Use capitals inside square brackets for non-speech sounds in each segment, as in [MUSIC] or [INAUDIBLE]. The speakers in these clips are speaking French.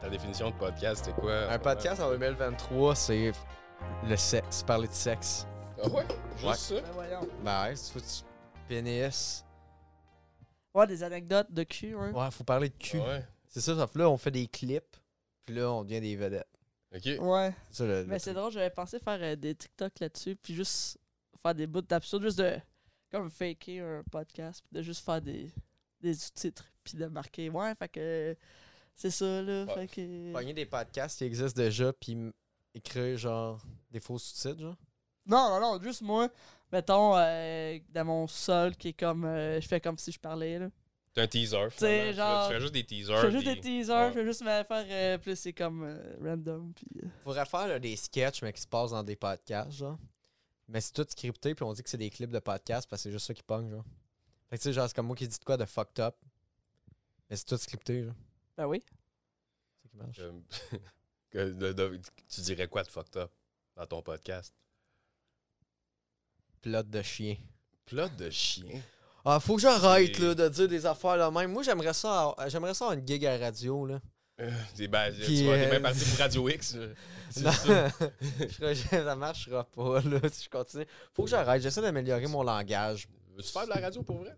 ta définition de podcast, c'est quoi? Un podcast en 2023, c'est le sexe, parler de sexe. Ah ouais? Juste Ouais. ça? Ben voyons. Ben ouais, c'est faut que tu- pénis. Ouais, des anecdotes de cul, hein. Ouais, faut parler de cul. Ah Ouais. C'est ça, sauf que là, on fait des clips, puis là, on devient des vedettes. Ok. Ouais. C'est ça, le- le Mais Ben, c'est truc. drôle, j'avais pensé faire euh, des TikTok là-dessus, puis juste faire des bouts d'absurde, juste de comme faker un podcast, puis de juste faire des, des sous-titres, puis de marquer ouais, fait que c'est ça là, Ouais. fait que Pogner des podcasts qui existent déjà, puis m- écrire, genre, des faux sous-titres, genre. non non non, juste moi, mettons euh, dans mon sol qui est comme euh, je fais comme si je parlais là, T'es un teaser. finalement. sais, Tu- genre- Tu fais juste des teasers. je fais juste puis- des teasers, ouais. je fais juste me faire euh, plus c'est comme euh, random puis euh, Faudrait faire là, des sketchs, mais qui se passent dans des podcasts, genre. Mais c'est tout scripté, puis on dit que c'est des clips de podcasts, parce que c'est juste ça qui pogne, genre. Fait que tu sais, genre, c'est comme moi qui dis de quoi de fucked up. Mais c'est tout scripté, genre. ben oui, C'est ça qui marche. Comme- que [LAUGHS] de- de- tu dirais quoi de fucked up dans ton podcast? Plot de chien. Plot de [LAUGHS] chien. Ah, faut que j'arrête, C'est- là, de dire des affaires là même. Moi, j'aimerais ça, avoir- j'aimerais ça avoir une gig à radio, là. Euh, c'est- ben, Puis, tu vois, t'es euh, bien parti pour Radio X. là. C'est Non. ça. [LAUGHS] Je serais- ça marchera pas, là, si je continue. Faut que j'arrête, j'essaie d'améliorer mon langage. Veux-tu faire de la radio pour vrai?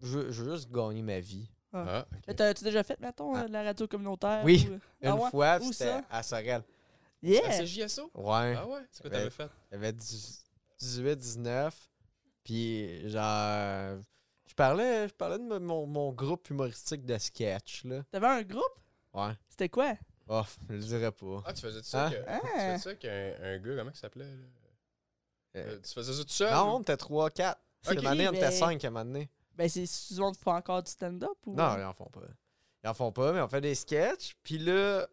Je, veux- je veux juste gagner ma vie. Ah, Mais ok. t'as-tu déjà fait mettons Ah. euh, de la radio communautaire Oui. ou- Une Ah ouais? fois, Où puis c'était ça? à Sorel. Ah, Yeah. C'est JSO? Ouais. Ah ouais? C'est quoi Ouais. t'avais fait? J'avais 18, 19. Puis, genre, je parlais, je parlais de mon- mon, mon groupe humoristique de sketch, là. T'avais un groupe Ouais. C'était quoi Oh, je le dirais pas. Ah, tu faisais ça Hein? que- Ah. tu faisais ça qu'un un gars, comment il s'appelait? là? Euh, Euh, Tu faisais ça tout seul? Non, on était 3, 4. Ok, Cette année, on était mais- 5 à un moment donné. Ben, c'est souvent de faire encore du stand-up ou. Non, ils en font pas. Ils en font pas, mais on fait des sketchs. Puis là,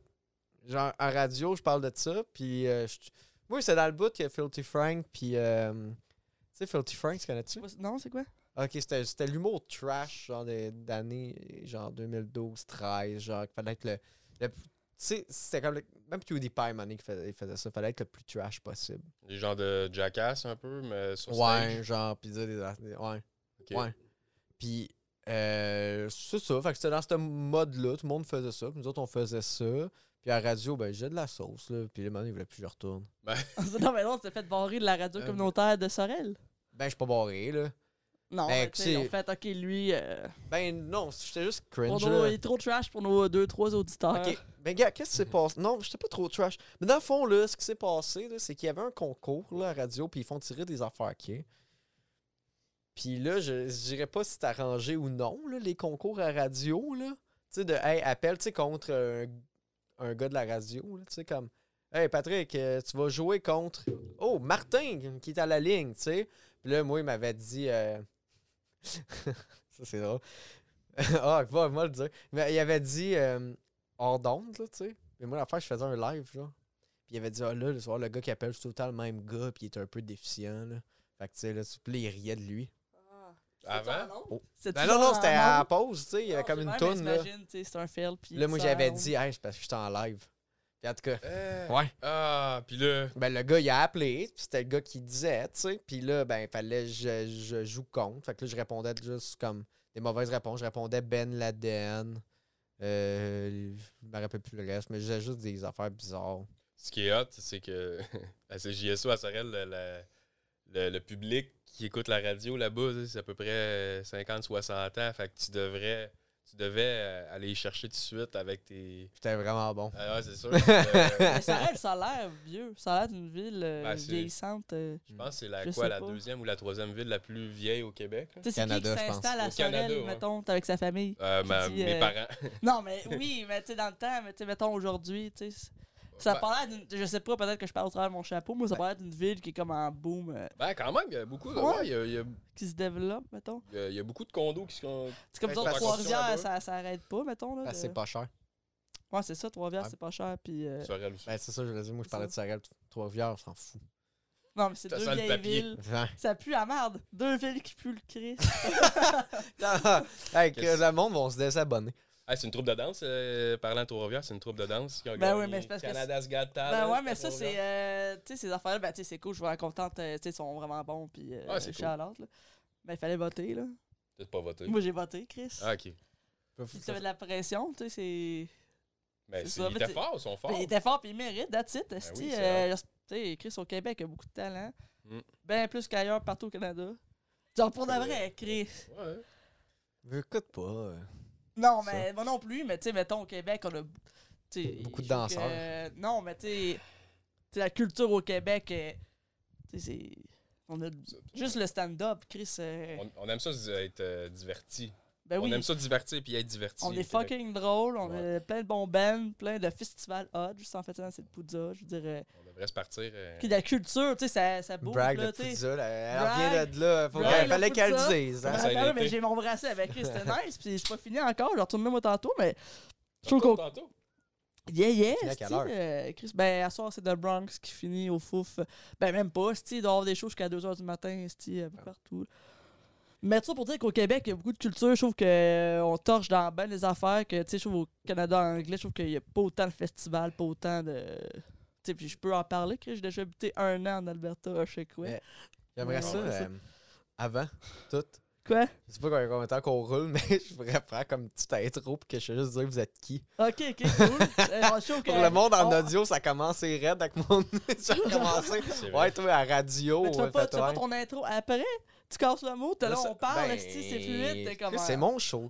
genre, en radio, je parle de ça. Puis euh, je- moi, c'est dans le bout que Filthy Frank. Puis, euh, tu sais, Filthy Frank, tu connais-tu? C'est pas- Non, c'est quoi [LAUGHS] Ok, c'était c'était l'humour trash, genre de- d'année, genre 2012-13. Genre, qu'il fallait être le. le plus- tu sais, c'était comme. le- même PewDiePie, à un moment donné, qui faisait, il faisait ça. fallait être le plus trash possible. Les gens de Jackass un peu, mais sur Ouais, stage. genre, puis dire des. des- Ouais. Ok. Ouais. Puis, euh, c'est ça. Fait que c'était dans ce mode-là. Tout le monde faisait ça. Puis nous autres, on faisait ça. Puis à la radio, ben, j'ai de la sauce. Là. Puis le moment, il voulait plus que je retourne. Non, mais non, t'es fait barrer de la radio Euh, communautaire de Sorel. Ben, je suis pas barré, là. Non, ben, mais tu sais, c'est- en fait, ok, lui, euh, Ben, non, j'étais juste pour cringe. nos- là. il est trop trash pour nos deux, trois auditeurs. Ok. Ben, gars, qu'est-ce qui s'est passé? Non, j'étais pas trop trash. Mais dans le fond, là, ce qui s'est passé, là, c'est qu'il y avait un concours là, à la radio, puis ils font tirer des affaires qui. Puis là, je je dirais pas si c'est arrangé ou non, là, les concours à radio, là. Tu sais, de Hey, appelle, tu sais, contre un, un gars de la radio, là, tu sais, comme Hey Patrick, euh, tu vas jouer contre Oh, Martin qui est à la ligne, tu sais. Puis là, moi, il m'avait dit euh, [LAUGHS] Ça c'est drôle. [LAUGHS] ah, va moi le dire. Mais il avait dit euh, hors d'onde, là, tu sais. Mais moi, l'affaire, je faisais un live, genre. Puis il avait dit, ah là, le soir, le gars qui appelle, c'est tout le temps le même gars, puis il est un peu déficient, là. Fait que, tu sais, là, tu- puis là, il riait de lui. Avant? Ah, Oh. C'est Ben non, non, c'était à la pause, tu sais. Il Ah, y avait comme une toune, là. J'imagine, tu sais, c'est un fail. Puis Là, moi, ça, hein. j'avais on- dit, hey, c'est parce que j'étais en live. Puis en tout cas, Eh, ouais. Ah, puis là, Ben, le gars, il a appelé, puis c'était le gars qui disait, tu sais. Puis là, ben, fallait que je, je joue contre. Fait que là, je répondais juste comme des mauvaises réponses. Je répondais Ben Laden. Euh, je me rappelle plus le reste, mais j'ai juste des affaires bizarres. ce qui est hot, c'est que [LAUGHS] à CJSO, à Sorel, la- la- le, le public qui écoute la radio là-bas, tu sais, c'est à peu près 50-60 ans. Fait que tu devrais tu devais euh, aller chercher tout de suite avec tes. J'étais vraiment bon. Ah ouais, c'est sûr. Euh, Mais [LAUGHS] Sorel, ça a l'air vieux. Ça a l'air d'une ville euh, Ben, c'est- vieillissante. euh. je pense que c'est la Je quoi, sais la pas. deuxième ou la troisième ville la plus vieille au Québec. là? Tu sais, c'est qui qui Canada, je pense. s'installe à Au Canada, Sorel, ouais. mettons, t'es avec sa famille? Euh, ma- dit, mes euh, parents. Non, mais oui, mais tu sais, dans le temps, mais tu sais, mettons aujourd'hui, tu sais. Ça Ben- parlait d'une. Je sais pas, peut-être que je parle au travers de mon chapeau, mais ça parlait d'une ville qui est comme en boom, euh, Ben, quand même, il y a beaucoup de, Ouais. ouais, il y a- il y a- qui se développe, mettons. il y a- il y a beaucoup de condos qui sont. C'est comme Ben, ça, c'est la Trois-Rivières, construction ça s'arrête pas, mettons. Là, Ben, de- c'est pas cher. Ouais, c'est ça, Trois-Rivières, Ouais. c'est pas cher. Puis, euh, Sorel aussi. Ben, c'est ça, je le dis. Moi, je parlais de Sorel, Trois-Rivières, on s'en fout. [LAUGHS] Hein? Non, mais c'est Ça deux sent le vieilles papier. villes. Ouais. Ça pue la merde. Deux villes qui puent le Christ. hey, que Qu'est-ce- le monde vont se désabonner. Ah, c'est une troupe de danse, euh, parlant de Trois-Rivières, c'est une troupe de danse qui a Ben gagné oui, mais c'est parce que Canada's Got Talent. Ben ouais, mais ça, Trois-Rivières. c'est. euh, tu sais, ces affaires-là, ben, tu sais, c'est cool, je suis vraiment contente. euh, tu sais, ils sont vraiment bons, puis. Euh, Ah, c'est shout out, là. Ben, il fallait voter, là. Peut-être pas voté. Moi, j'ai voté, Chris. Ah, ok. Puis, tu avais de la pression, tu sais, c'est. Mais Ben, C'est c'est- ça, ils mais étaient t'es- forts, ils sont forts. Ben, il était fort, puis il mérite, that's it. Ben oui, esti. c'est Euh, j'esp- tu sais, Chris au Québec a beaucoup de talent. Mm. Ben plus qu'ailleurs, partout au Canada. Genre, pour de Ouais. vrai, Chris. Ouais. hein. Mais Écoute pas. euh, Non, Ça. mais moi non plus, mais tu sais, mettons, au Québec, on a. tu sais, Beaucoup de je trouve danseurs. que- non, mais tu sais, tu sais, la culture au Québec, euh, tu sais, c'est. On a Ça- juste le stand-up, Chris. euh, On, on aime ça z- être euh, diverti. ben On oui, aime ça divertir puis être diverti. on au est Québec. fucking drôle, on Ouais. a plein de bons bands, plein de festivals hot, juste en fait, c'est de Poudza, je dirais. On devrait se partir. euh, Puis de la culture, tu sais, ça, ça bouge, Brag de là, tu sais. pizza, là, elle Brag. revient de là. Faut- Brag Il fallait de qu'elle pizza. le dise. [LAUGHS] hein. ça a Ben, attends, été. mais j'ai mon bracelet avec lui, [LAUGHS] c'était nice, puis c'est pas fini encore, je retourne moi tantôt, mais je trouve tantôt, qu'on. tantôt. Yeah, yeah, Fini à esti, quelle heure? euh, Chris, ben, à soir, c'est The Bronx qui finit au fouf. Ben, même pas, esti, il doit y avoir des shows jusqu'à 2h du matin, esti, un Ah. peu partout. Mais ça pour dire qu'au Québec, il y a beaucoup de culture, je trouve qu'on torche dans ben les affaires, que, tu sais, je trouve au Canada anglais, je trouve qu'il y a pas autant de festivals, pas autant de... Tu sais, puis je peux en parler, Chris, j'ai déjà habité un an en Alberta, à sais quoi. Mais- J'aimerais Ouais, ça, ouais, ça. euh, avant, tout. Quoi? Je sais pas combien combien de temps qu'on roule, [LAUGHS] mais je voudrais faire comme petite intro puis que je sais juste dire vous êtes qui. Ok, [LAUGHS] ok, cool. Euh, je trouve que- Pour le monde en on- audio, ça commence raide avec mon. [LAUGHS] ça a [LAUGHS] commencé. C'est vrai. Ouais, toi, à radio. Mais tu fais euh, pas, tu fais pas tatouage. ton intro après? Tu casses le mot, t'es là, Là, ça- on parle, ben, esti, c'est fluide, t'es comme... C'est euh, mon show,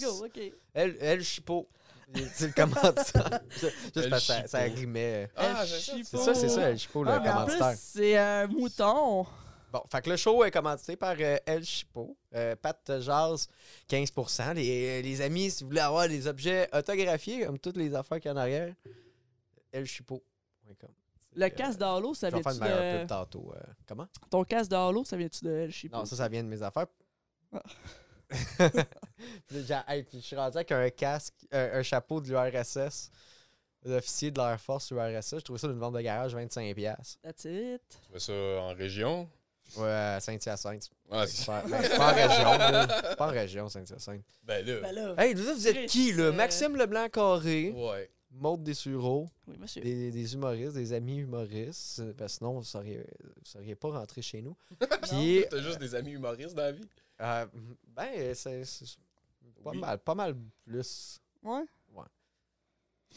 Calis. go, ok. Elle, elle, chipot. Tu le commentaire. Juste Elle parce que ça, chipot. ça rimait. Ah, Elle c'est ça, chie c'est C'est ça. ça, c'est ça, elle chipot, le Ah, mais en commentateur. plus, c'est un mouton. Bon, fait que le show est commenté par euh, El Chipo. Euh, Pat Jazz, 15%. Les, euh, les amis, si vous voulez avoir des objets autographiés, comme toutes les affaires qu'il y a en arrière, El Chipo. Le casque dans l'eau, ça euh, Je vais faire vient-tu une meilleure de... pub tantôt. euh, comment? Ton casque dans l'eau, ça vient-tu de Chipo? Non, ça, ça vient de mes affaires. Ah. [LAUGHS] Puis genre, hey, puis je suis rendu avec un casque, euh, un chapeau de l'URSS, l'officier de l'Air Force URSS. Je trouvais ça d'une vente de garage 25$. That's it. Tu fais ça en région. Ouais, à Saint-Hyacinthe. Ah, Fait que c'est- [LAUGHS] Pas ben, pas en région, là. Pas en région, Saint-Hyacinthe. ben là. Ben là... Hey, vous, vous êtes qui, là? Euh, Maxime Leblanc Carré, Ouais. Maud Dessureau, Oui, monsieur. des, des humoristes, des amis humoristes, euh, parce que sinon, vous ne seriez, vous seriez pas rentré [LAUGHS] chez nous. Puis, T'as juste des amis humoristes dans la vie. euh, ben, c'est c'est pas, Oui. mal, pas mal plus. Ouais.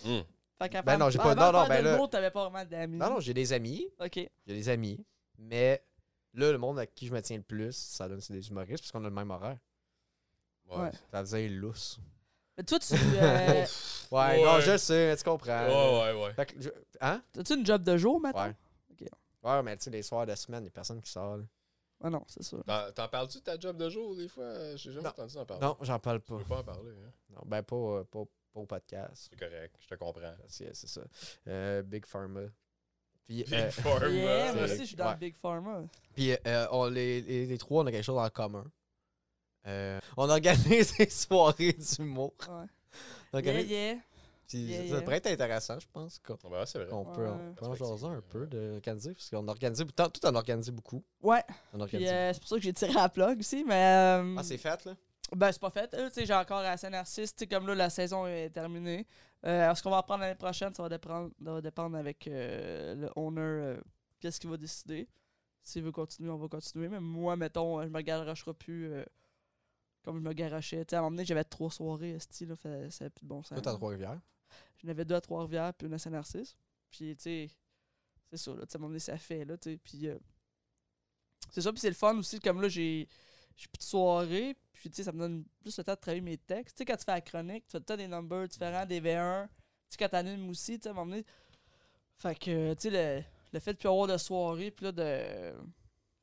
Hum. Fait qu'à Ah, Ben faire- non, j'ai pas- avant de non, non, faire ben de là- l'humour, t'avais pas vraiment d'amis. Mhm. Non, non, j'ai des amis, Ok. j'ai des amis, mais là, le monde à qui je me tiens le plus, ça donne c'est des humoristes, parce qu'on a le même horaire. Ouais. Ouais. Ça faisait lousse. Mais toi, tu... euh, Ouais, Ouais. non, je sais, tu comprends. Ouais, ouais, ouais. Fait que je- hein? T'as-tu une job de jour, maintenant? Ouais. Ouais, mais tu sais, les soirs de semaine, il n'y a personne qui sort. là. Ah non, c'est sûr. T'en- T'en parles-tu de ta job de jour des fois? J'ai jamais Non. entendu ça en parler. Non, j'en parle Je pas. peux pas en parler. hein. Non, ben, pas, euh, pas, pas au podcast. C'est correct, je te comprends. C'est c'est ça. Euh, Big Pharma. [LAUGHS] Puis, Big euh, Pharma. Yeah, moi c'est- aussi, je suis dans ouais. le Big Pharma. puis, euh, on, les, les, les trois, on a quelque chose en commun. Euh, on organise [LAUGHS] des soirées d'humour. Ouais. On Yeah, organise- yeah. puis yeah, ça yeah. pourrait être intéressant, je pense, qu'on Ah, ben ouais, c'est vrai. qu'on peut, on Ouais. peut en jaser un Perspective, peu ouais. d'organiser, parce qu'on organise, tant- tout en organise beaucoup. Ouais, On puis organise euh, c'est pour ça que j'ai tiré à la plug aussi, mais... euh, beaucoup. Ah, c'est fait, là? Ben, c'est pas fait. Euh, tu sais, j'ai encore à saint narcisse Tu sais, comme là, la saison est terminée. Euh, ce qu'on va reprendre l'année prochaine, ça va dépendre, ça va dépendre avec euh, le owner, euh, qu'est-ce qu'il va décider. S'il veut continuer, on va continuer. Mais moi, mettons, euh, je me garocherai plus euh, comme je me garochais. Tu sais, à un moment donné, j'avais trois soirées, esti, là, fait- ça n'a plus de bon sens. Tout à Trois-Rivières. J'en avais deux à Trois-Rivières, puis une à Saint-Narcisse. Puis, tu sais, c'est ça, là. Tu sais, à un moment donné, ça fait, là, tu sais. Puis, euh, c'est ça, puis c'est le fun aussi. Comme là, j'ai j'ai plus de soirée, puis, tu sais, ça me donne plus le temps de travailler mes textes. Tu sais, quand tu fais la chronique, tu fais tout le temps des numbers différents, des V1. Tu sais, quand t'animes aussi, tu sais, à un moment donné. Fait que, tu sais, le, le fait de plus avoir de soirée, puis là, de.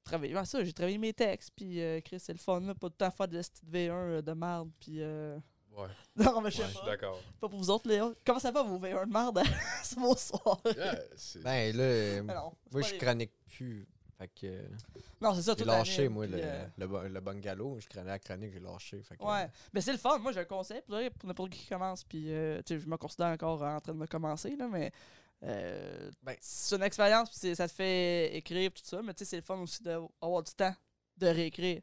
Travailler. Ben, ça, j'ai travaillé mes textes, puis euh, Chris, c'est le fun, là, pas tout le temps faire de la petite V1 euh, de merde, puis. euh, [LAUGHS] Ouais, Non, mais je je sais suis pas. d'accord. Pas pour vous autres, Léa. Comment ça va, vous V1 de merde? [LAUGHS] C'est mon soir. Yeah, c'est- Ben, là, euh, Ah non, c'est moi, pas je les- chronique plus. Fait que... euh, Non, c'est ça, J'ai tout lâché, année, moi, puis, le, euh, le, bu- le bungalow. Je crânais la chronique, j'ai lâché. Fait que, euh, Ouais. Mais c'est le fun. Moi, je le conseille pour, vrai, pour n'importe qui qui commence. Puis, euh, tu sais, je me considère encore en train de me commencer, là, mais. euh, Ben- c'est une expérience, puis c'est- ça te fait écrire, tout ça. Mais, tu sais, c'est le fun aussi d'avoir du temps de réécrire.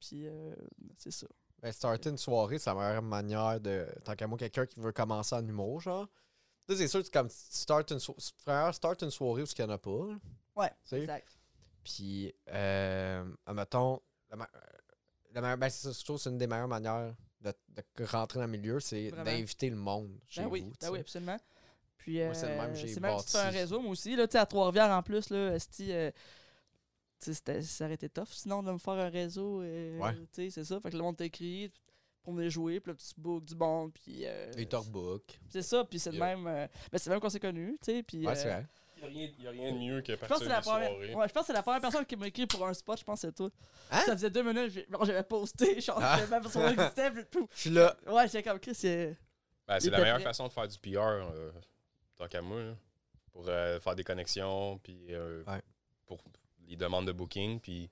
Puis, euh, c'est ça. Ben, starter une soirée, c'est la meilleure manière de. Tant qu'à moi, quelqu'un qui veut commencer en humour, genre. Tu sais, c'est sûr, c'est comme start une, so- frère, start une soirée où il n'y en a pas. là, Ouais, tu sais. exact. Puis, euh, admettons, la, ma- la meilleure- ben, c'est ça, je trouve que c'est une des meilleures manières de, de rentrer dans le milieu, c'est Vraiment. d'inviter le monde chez Ben oui, vous. tu ben sais. oui, absolument. Puis, Moi, c'est le même, euh, j'ai c'est même si tu fais un bâti. réseau, moi aussi. Là, tu sais, à Trois-Rivières, en plus, là, esti, euh, tu sais, c'était- ça aurait été tough. Sinon, de me faire un réseau, euh, Ouais. tu sais, c'est ça. Fait que le monde t'écrit pour venir jouer, puis le petit book du bon, puis... euh, Les talkbooks. c'est ça, puis c'est le Yeah. même... euh, ben, c'est le même qu'on s'est connus, tu sais, puis... Ouais, euh, c'est vrai. Il n'y a, rien de mieux que je pense partir que c'est des la première. soirées. ouais, je pense que c'est la première personne qui m'a écrit pour un spot, je pense que c'est toi. Hein? Ça faisait deux minutes, j'ai- bon, j'avais posté, genre, Ah. que ma personne existait, puis pouf. Je suis là. Ouais, j'étais comme Chris, c'est. Ben, Il c'est la était meilleure prêt. façon de faire du PR, euh, tant qu'à moi, là. pour euh, faire des connexions, puis euh, Ouais. pour les demandes de booking. Puis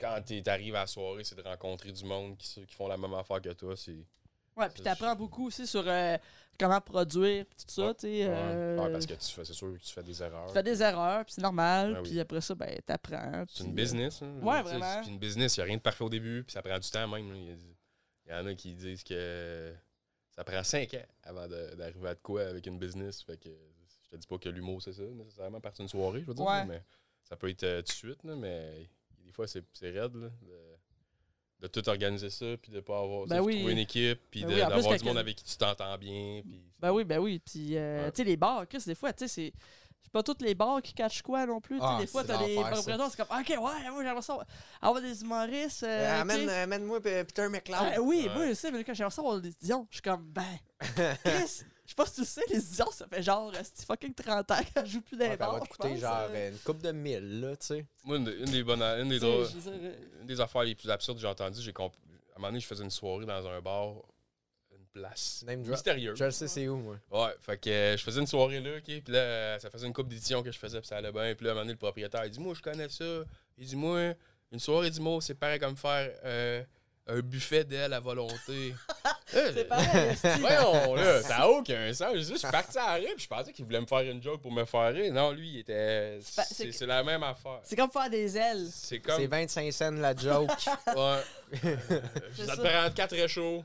quand tu arrives à la soirée, c'est de rencontrer du monde qui, se- qui font la même affaire que toi. C'est, Ouais, puis t'apprends beaucoup aussi sur euh, comment produire, puis tout ça, Ouais, tu sais. euh, Ouais. Ouais, Ah, parce que tu fais, c'est sûr que tu fais des erreurs. Tu fais des erreurs, puis c'est normal, Ah oui. puis après ça, ben, t'apprends. C'est puis, une euh, business. hein. Ouais, Tu sais, vraiment. C'est une business. Il n'y a rien de parfait au début, puis ça prend du temps même. là. Il y, a- il y en a qui disent que ça prend cinq ans avant de- d'arriver à de quoi avec une business. Fait que je te dis pas que l'humour, c'est ça, nécessairement, partir une soirée, je veux dire. Ouais. là, Mais ça peut être euh, tout de suite, là, mais des fois, c'est c'est raide là, de, de tout organiser ça, puis de pas avoir. Ben de oui. trouver une équipe, puis Ben de- oui, en plus, d'avoir du quelqu'un- monde avec qui tu t'entends bien. puis- Ben oui, ben oui. Puis, euh, Ouais. tu sais, les bars, Chris, des fois, tu sais, c'est. C'est pas toutes les bars qui catchent quoi non plus. tu sais, Ah, des fois, c'est t'as des l'enfer, ça. propriétaires, c'est comme, OK, ouais, moi, j'aimerais ça avoir des humoristes. euh, Euh, ok. amène- Amène-moi euh, Peter Ah, McLeod. oui, Ouais. moi aussi, mais quand j'aimerais ça avoir des Dion, je suis comme, ben. Chris, je sais pas si tu le sais, les Dion, ça fait genre, c'est fucking 30 ans qu'elle joue plus dans les Ouais, ça ben, bars. va te ben je coûter pense, genre euh, euh, une coupe de mille, là, tu sais. Moi, une, de- une des bonnes. Une des tu sais, drôles- je veux dire, euh, une des affaires les plus absurdes que j'ai entendues, j'ai comp- à un moment donné, je faisais une soirée dans un bar, une place Name drop. mystérieuse. Je le sais, c'est où, moi. Ouais, fait que euh, je faisais une soirée là, ok, puis là, euh, ça faisait une coupe d'édition que je faisais, puis ça allait bien, puis là, à un moment donné, le propriétaire, il dit, moi, je connais ça, il dit, moi, une soirée d'humour, c'est pareil comme faire euh, un buffet d'elle à volonté. [LAUGHS] Euh, C'est pareil, esti. [LAUGHS] Voyons, là, ça n'a aucun sens. Je suis juste parti à la rue, puis je pensais qu'il voulait me faire une joke pour me faire rire. Non, lui, il était. pas- C'est c'est- c'est la même affaire. C'est comme faire des ailes. C'est C'est comme. 25 cents la joke. Ouais. C'est ça te ça. prend 4 réchauds,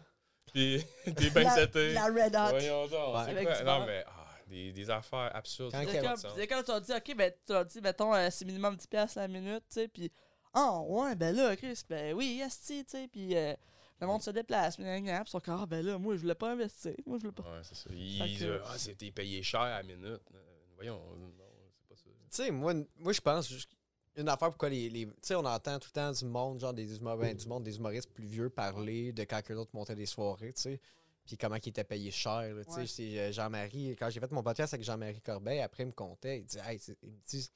puis [LAUGHS] t'es Ben, bien La- seté. La Red Hot. Voyons donc, Ouais. c'est Avec quoi? du Non, beurre. mais ah, des, des affaires absurdes. Quand ça n'a qu'elle- pas Quand, de sens. quand tu as dit, OK, ben, tu as dit, mettons, euh, c'est minimum 10$ piastres la minute, tu sais, puis, ah, ouais, ben là, Chris, ben oui, esti, tu sais, puis euh, le monde se déplace, puis gna, gna, puis ils sont comme, ah, ben là, moi, je voulais pas investir, moi, je voulais pas. Ouais, c'est ça. Ils Fait disent, que- ah, c'était payé cher à la minute. Euh, Voyons, non, c'est pas ça. Tu sais, moi, moi je pense juste- une affaire pourquoi les. les- tu sais, on entend tout le temps du monde, genre des humoristes, du monde, des humoristes plus vieux parler de quand que d'autres montaient des soirées, tu sais. Puis comment qu'ils étaient payés cher, là, tu sais. Ouais. C'est, euh, Jean-Marie, quand j'ai fait mon podcast avec Jean-Marie Corbeil, après, il me comptait, il dit, hey, c'est- il me dit.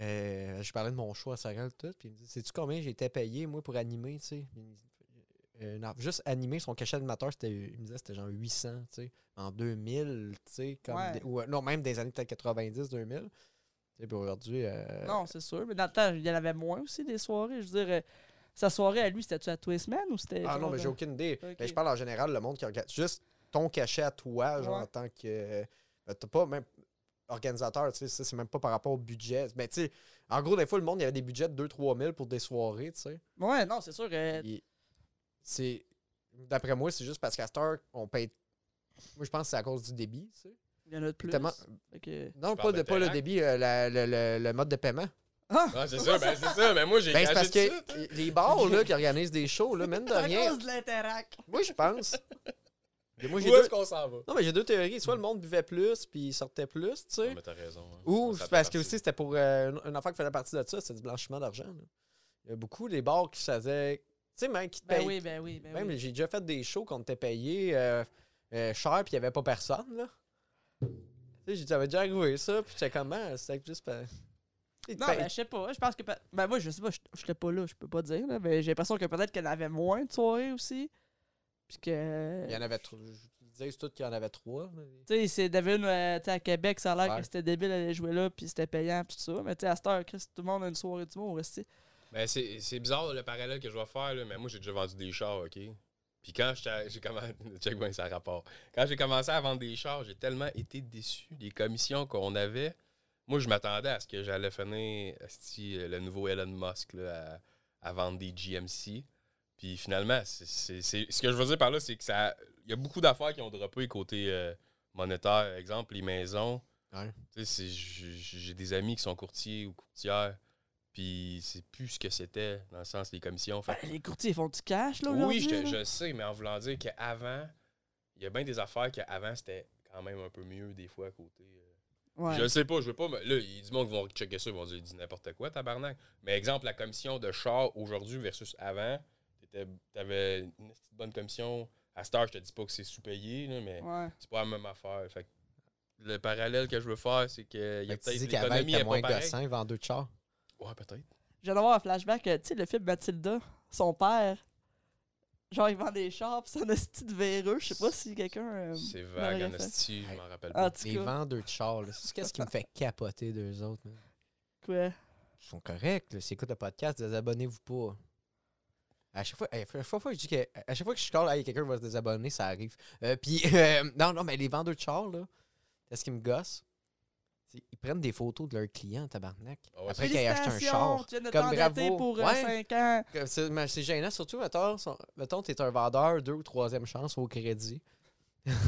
euh, je parlais de mon choix à Sarah tout, puis il me dit Sais-tu combien j'étais payé, moi, pour animer, tu sais Euh, non, Juste animer son cachet animateur, c'était, il me disait c'était genre 800, tu sais, en 2000, tu sais, comme. Ouais. des- ou, euh, non, même des années peut-être 90, 2000. Et puis aujourd'hui. euh, Non, c'est sûr, mais dans le temps, il y en avait moins aussi des soirées, je veux dire, euh, sa soirée à lui, c'était-tu à tous les semaines ou c'était. Ah non, genre, mais j'ai euh, aucune idée. Ok. Mais je parle en général, le monde qui regarde. Juste ton cachet à toi, genre Ouais. en tant que. euh, ben, T'as pas même. Organisateur, tu sais, ça, c'est même pas par rapport au budget. Mais tu sais, en gros, des fois, le monde, il y avait des budgets de 2-3 000 pour des soirées, tu sais. Ouais, non, c'est sûr. euh, Puis, C'est. D'après moi, c'est juste parce qu'à cette heure, on paye. Moi, je pense que c'est à cause du débit, tu sais. Il y en a de plus. Tellement- Fait que- Non, pas, parles de, de pas le Interact? débit, euh, la- le, le- le mode de paiement. Ah! Ah, c'est ça, ben, c'est ça. Mais moi, j'ai Ben, c'est parce réagi que tout de suite. hein? les bars là, qui organisent des shows, [LAUGHS] là, même de C'est à rien, cause de l'interac. moi, je pense. Moi, j'ai Où deux- est-ce qu'on s'en va? Non, mais j'ai deux théories. Soit le monde buvait plus, puis il sortait plus, tu sais. Non, mais t'as raison. hein. Ou Ça c'est fait parce que partie. aussi, c'était pour euh, une- une affaire qui faisait partie de ça, c'est du blanchiment d'argent. là. Il y a beaucoup des bars qui faisaient. Tu sais, même qui te Ben payent- oui, ben oui, ben Même oui. j'ai déjà fait des shows qu'on t'était payé euh, euh, cher, puis il n'y avait pas personne, là. Tu sais, j'ai- j'avais déjà arrivé ça, puis j'étais comme, Ah, c'était juste. pas- Ils te Non, payent- ben, je sais pas. Je pense que. peut- Ben, moi, je sais pas. je- J'étais pas là, je peux pas dire. là, mais j'ai l'impression que peut-être qu'elle avait moins de soirées aussi. Puis que. Il y en avait trois. Je disais tout qu'il y en avait trois. mais- Tu sais, c'est Devin, euh, tu sais, à Québec, ça a l'air Ouais. que c'était débile d'aller jouer là, puis c'était payant, puis tout ça. Mais tu sais, à cette heure, Chris, tout le monde a une soirée du monde, tu sais. Ben, c'est c'est bizarre le parallèle que je vais faire, là, mais moi, j'ai déjà vendu des chars, OK? Puis quand j'étais- j'ai [LAUGHS] commencé. Check bien, ça a rapport. Quand j'ai commencé à vendre des chars, j'ai tellement été déçu des commissions qu'on avait. Moi, je m'attendais à ce que j'allais finir esti, euh, le nouveau Elon Musk là, à, à vendre des GMC. Puis finalement, c'est- c'est c'est- ce que je veux dire par là, c'est que ça. Il y a beaucoup d'affaires qui ont droppé côté euh, monétaire. Exemple, les maisons. Ouais. Tu sais, c'est- j'ai j'ai des amis qui sont courtiers ou courtières. Puis c'est plus ce que c'était dans le sens des commissions. Fait Ben, les courtiers font du cash, Ben, là, oui, aujourd'hui. je, te- là. je sais, mais en voulant dire qu'avant, il y a bien des affaires qu'avant, c'était quand même un peu mieux des fois à côté. euh. Ouais. Je sais pas, je veux pas. me- Là, il y a du monde qui vont checker ça, ils vont dire, dis n'importe quoi, tabarnak. Mais exemple, la commission de char aujourd'hui versus avant, t'étais- t'avais une petite bonne commission. À Star, je te dis pas que c'est sous-payé, là, mais Ouais. c'est pas la même affaire. Fait que le parallèle que je veux faire, c'est que il y a Fait que tu peut-être dis qu'avant, il l'économie était est moins pas pareille. gossant, il vend deux de char. Ouais, peut-être. Je viens d'avoir un flashback, euh, tu sais, le film Mathilda, son père, genre, il vend des chars, pis c'est un esti de véreux. Je sais pas si quelqu'un. euh, C'est ben, vague, l'aurait en fait. esti, je m'en rappelle En pas. tout Les cas, vendeurs de char, là. C'est qu'est-ce qui me fait capoter d'eux autres, man. quoi. Ils sont corrects, là. S'ils écoutent le podcast, désabonnez-vous pas. À chaque fois, à chaque fois, fois que je dis que, à chaque fois que je call, hey, quelqu'un va se désabonner, ça arrive. Euh, puis, [LAUGHS] euh, non, non, mais les vendeurs de char, là, qu'est-ce qui me gosse? C'est- Ils prennent des photos de leurs clients, tabarnak. Ah ouais, Après qu'ils aient acheté un char. Tu viens de Comme t'endetter bravo. pour euh, Ouais. 5 ans. Comme C'est mais c'est gênant, surtout, mettons, son- mettons t'es un vendeur, deux ou troisième chance au crédit. [LAUGHS]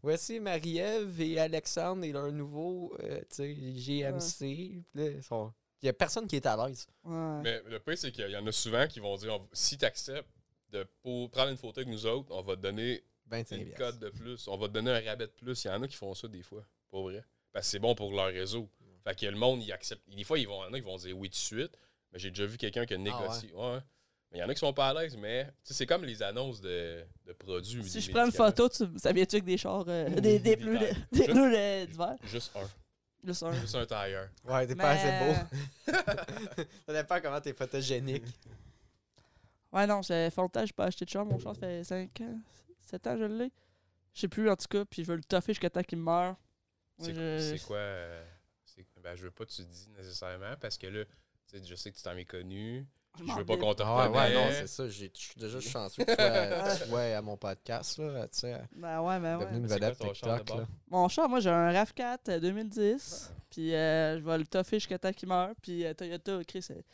Voici Marie-Ève et Alexandre et leur nouveau euh, tu sais, GMC. Puis là, ils sont- Il n'y a personne qui est à l'aise. Ouais. Mais le pire, c'est qu'il y en a souvent qui vont dire on va- si tu acceptes de pour prendre une photo avec nous autres, on va te donner 25 une piastres. code de plus, on va te donner un rabais de plus. Il y en a qui font ça des fois, pour vrai. Parce que c'est bon pour leur réseau. Fait que le monde, il accepte. Des fois, ils vont, il y en a qui vont dire oui tout de suite, mais j'ai déjà vu quelqu'un Ah qui a négocié. Ouais, ouais. Mais il y en a qui sont pas à l'aise, mais tu sais, c'est comme les annonces de, de produits. ou Si des je prends une médicaments. photo, tu, ça vient-tu avec des chars, euh, Ouh, des, des des bleus, de- tailles. des Je- bleus de- d'hiver? Juste un. Juste un. Juste un tailleur. Ouais, t'es pas assez euh, beau. [LAUGHS] ça dépend comment t'es photogénique. Ouais, non, ça fait longtemps que j'ai pas acheté de char. Mon char, ça fait 5 ans, 7 ans, je l'ai. Je sais plus, en tout cas, puis je veux le toffer jusqu'à temps qu'il meure. C'est Ouais, je- c'est quoi euh, c'est- ben, Je veux pas que tu dis nécessairement parce que là, tu sais, je sais que tu t'en es connu. Je m'en veux pas vais. qu'on te Ah ouais, ouais, non, reconnaisse. c'est ça. j'ai- Je suis déjà chanceux que tu sois- tu sois euh, à mon podcast, là, tu sais, euh, Ben ouais, ben ouais. devenu une C'est vedette quoi ton char de TikTok, là. bord? Mon char, moi, j'ai un RAV4 euh, 2010. Puis euh, je vais le toffer jusqu'à temps qu'il meure. Puis euh, Toyota, Chris, c'est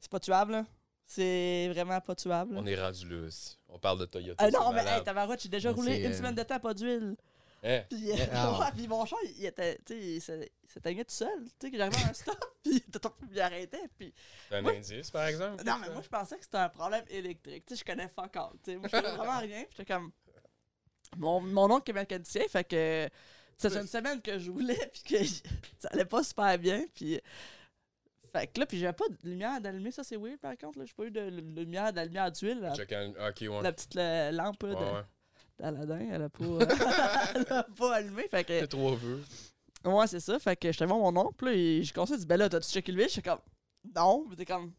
c'est pas tuable, là. C'est vraiment pas tuable. là. On est rendu là aussi. On parle de Toyota. Mm. Ah c'est non, mais hey, malade. tabarouette, j'ai déjà Mais roulé c'est, une euh, semaine de temps, pas d'huile. Hein? Puis, euh, Eh, ah. ouais, puis mon char, il- il était, tu sais, il s'est- il s'éteignait tout seul. Tu sais, que j'arrivais à un stop, [LAUGHS] puis il était trop- il arrêtait. Puis... T'as un Moi- indice, par exemple? Non, mais moi, je pensais que c'était un problème électrique. Tu sais, je connais fuck all. Tu sais, moi, je connais vraiment rien. Puis j'étais comme. Mon, mon oncle est mécanicien, fait que. C'était une semaine que je roulais, [LAUGHS] puis que j- ça allait pas super bien. Puis. Fait que là, puis j'avais pas de lumière d'allumer, ça c'est weird par contre. là. J'ai pas eu de lu- lumière d'allumière d'huile. La, Check un- Ok, ouais. la petite la- lampe là, Ouais, de- ouais. d'Aladin, elle a pas, elle a pas [LAUGHS] allumé. Fait que. T'as trois vœux. Ouais, c'est ça. Fait que j'étais voir mon oncle, là, et je conseille, il dit, ben là, t'as-tu checké le vide? J'étais comme, non. Puis t'es comme,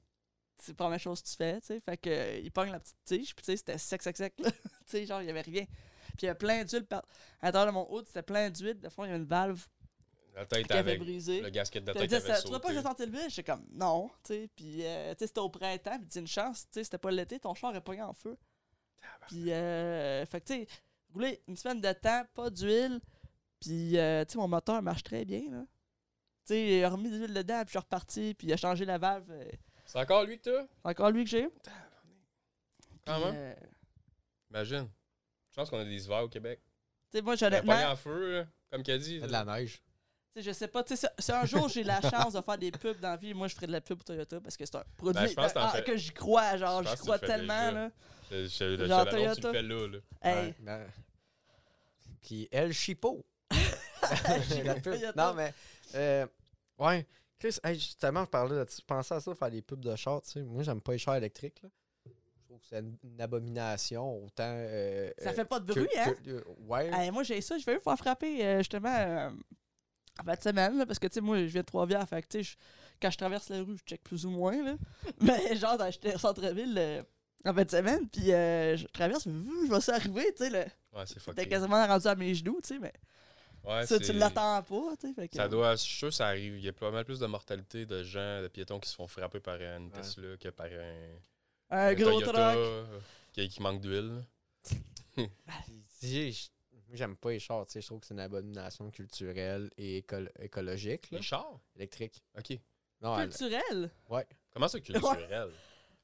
c'est la première chose que tu fais, tu sais. Fait que, euh, il pogne la petite tige, puis tu sais, c'était sec, sec, sec, là. [LAUGHS] tu sais, genre, il y avait rien. Puis il y avait plein d'huile par. À l'intérieur de mon hood, c'était plein d'huile. De fond, il y avait une valve La tête qui avait avec brisé. le gasket de T'as tête dit, avait ça, Ben, tu vois pas que j'ai sauté. senti le vide? J'étais comme, non, tu sais. Puis, euh, tu sais, c'était au printemps, puis dis une chance, tu sais, c'était pas l'été, ton char est pogné en feu. Puis, euh, fait que, tu sais, rouler une semaine de temps, pas d'huile, puis, euh, tu sais, mon moteur marche très bien, là. Tu sais, il a remis de l'huile dedans, puis je suis reparti, puis il a changé la valve. euh, C'est encore lui que t'as? C'est encore lui que j'ai. Quand Puis, même. euh, Imagine. Je pense qu'on a des hivers au Québec. tu sais, moi, T'as pogné honnêtement, en feu, là, comme qu'elle dit. Fais de la neige. tu sais, je sais pas, tu sais, si si un jour j'ai la chance de faire des pubs dans la vie, moi, je ferai de la pub pour Toyota, parce que c'est un produit Ben, je pense que t'en ah, fais- que j'y crois, je genre, pense j'y que tu crois le fais tellement, déjà. là. Je, je, je, je l'annonce, Genre tu Toyota. le fais là, là. Hey. Ouais, ben- Puis El [LAUGHS] Chipo. La pub. Toyota. non, mais. euh, ouais. Chris, hey, justement, je parlais de. Je pensais à ça, faire des pubs de chars. Tu sais. Moi, j'aime pas les chars électriques. Là. Je trouve que c'est une, une abomination. Autant. euh, Ça euh, fait pas de que- bruit, hein? que- euh, ouais. Hey, moi, j'ai ça. Je vais me faire frapper, euh, justement, euh, en fin de semaine, là, parce que, tu sais, moi, je viens de Trois-Rivières. Fait que, tu sais, je- quand je traverse la rue, je check plus ou moins, là. [LAUGHS] Mais, genre, dans- j'étais au centre-ville euh, en fin de semaine, puis euh, je traverse, vu, je vais ça arriver, tu sais, là. Ouais, c'est fucké. T'es quasiment rendu à mes genoux, tu sais, mais Ouais, ça, tu c'est- l'attends pas, tu sais. fait que- Ça doit, je suis sûr que ça arrive. Il y a pas mal plus de mortalité de gens, de piétons qui se font frapper par une Tesla que par un, Un un gros Toyota truck. euh, qui, qui manque d'huile. Puis, tu sais, je- moi, j'aime pas les chars. Tu sais. Je trouve que c'est une abomination culturelle et écolo- écologique. là. Les chars? Électrique. OK. Non, elle- Culturel. Comment [LAUGHS] ça, culturel?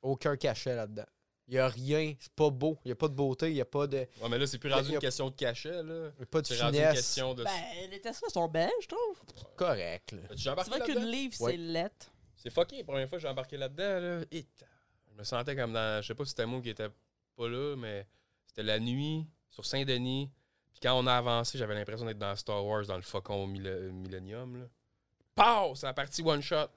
aucun cachet là-dedans. Il a rien. C'est pas beau. Il y a pas de beauté. Il y a pas de, Ouais, mais là, c'est plus Y a- rendu Ben, y a- une question de cachet, là. y a pas de C'est rendu une finesse. Ben, question de. Ben, les Tesla sont belles, je trouve. Correct. là. As-tu déjà Tu embarqué vois qu'une là-dedans? livre, Ouais. c'est lettre. C'est fucké la première fois que j'ai embarqué là-dedans. Là. Et ta- je me sentais comme dans. Je sais pas si c'était moi qui était pas là, mais c'était la nuit sur Saint-Denis. Puis quand on a avancé, j'avais l'impression d'être dans Star Wars, dans le faucon mille- Millennium. Là. Pow! C'est la partie one shot.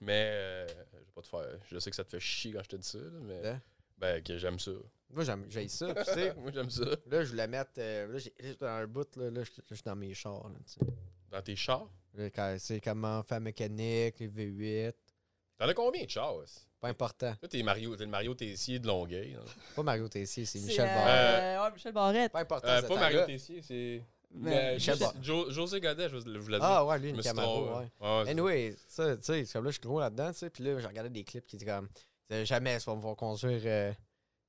Mais euh, je vais pas te faire. Je sais que ça te fait chier quand je te dis ça, là, mais. Hein? Ben, que j'aime ça. [LAUGHS] Moi, j'aime- j'ai ça, tu sais. [LAUGHS] Moi, j'aime ça. Là, je la mets. euh, là, j'ai là, j'étais dans un bout, là, là, je là, je suis dans mes chars. Là, tu sais. Dans tes chars. Là, quand- c'est comment faire mécanique, les V8. T'en as combien de chars? aussi? Pas important. Là, t'es Mario, t'es le Mario Tessier de Longueuil. hein. Pas Mario Tessier, c'est Michel euh, Barrette. ouais, Michel Barrette. Pas important. Euh, cette pas Mario affaire-là. Tessier, c'est. Mais- Mais Michel Jo- Bar- Jo- José Godet, je vous je vous l'ai dit. Ah ouais, lui, Je une me suis Camaro, trompé. Ah, ouais. Ouais, c'est- Anyway, ça, tu sais, c'est comme là, je suis gros là-dedans, tu sais. Puis là, je regardais des clips qui étaient comme, tu sais, jamais ils vont me conduire euh,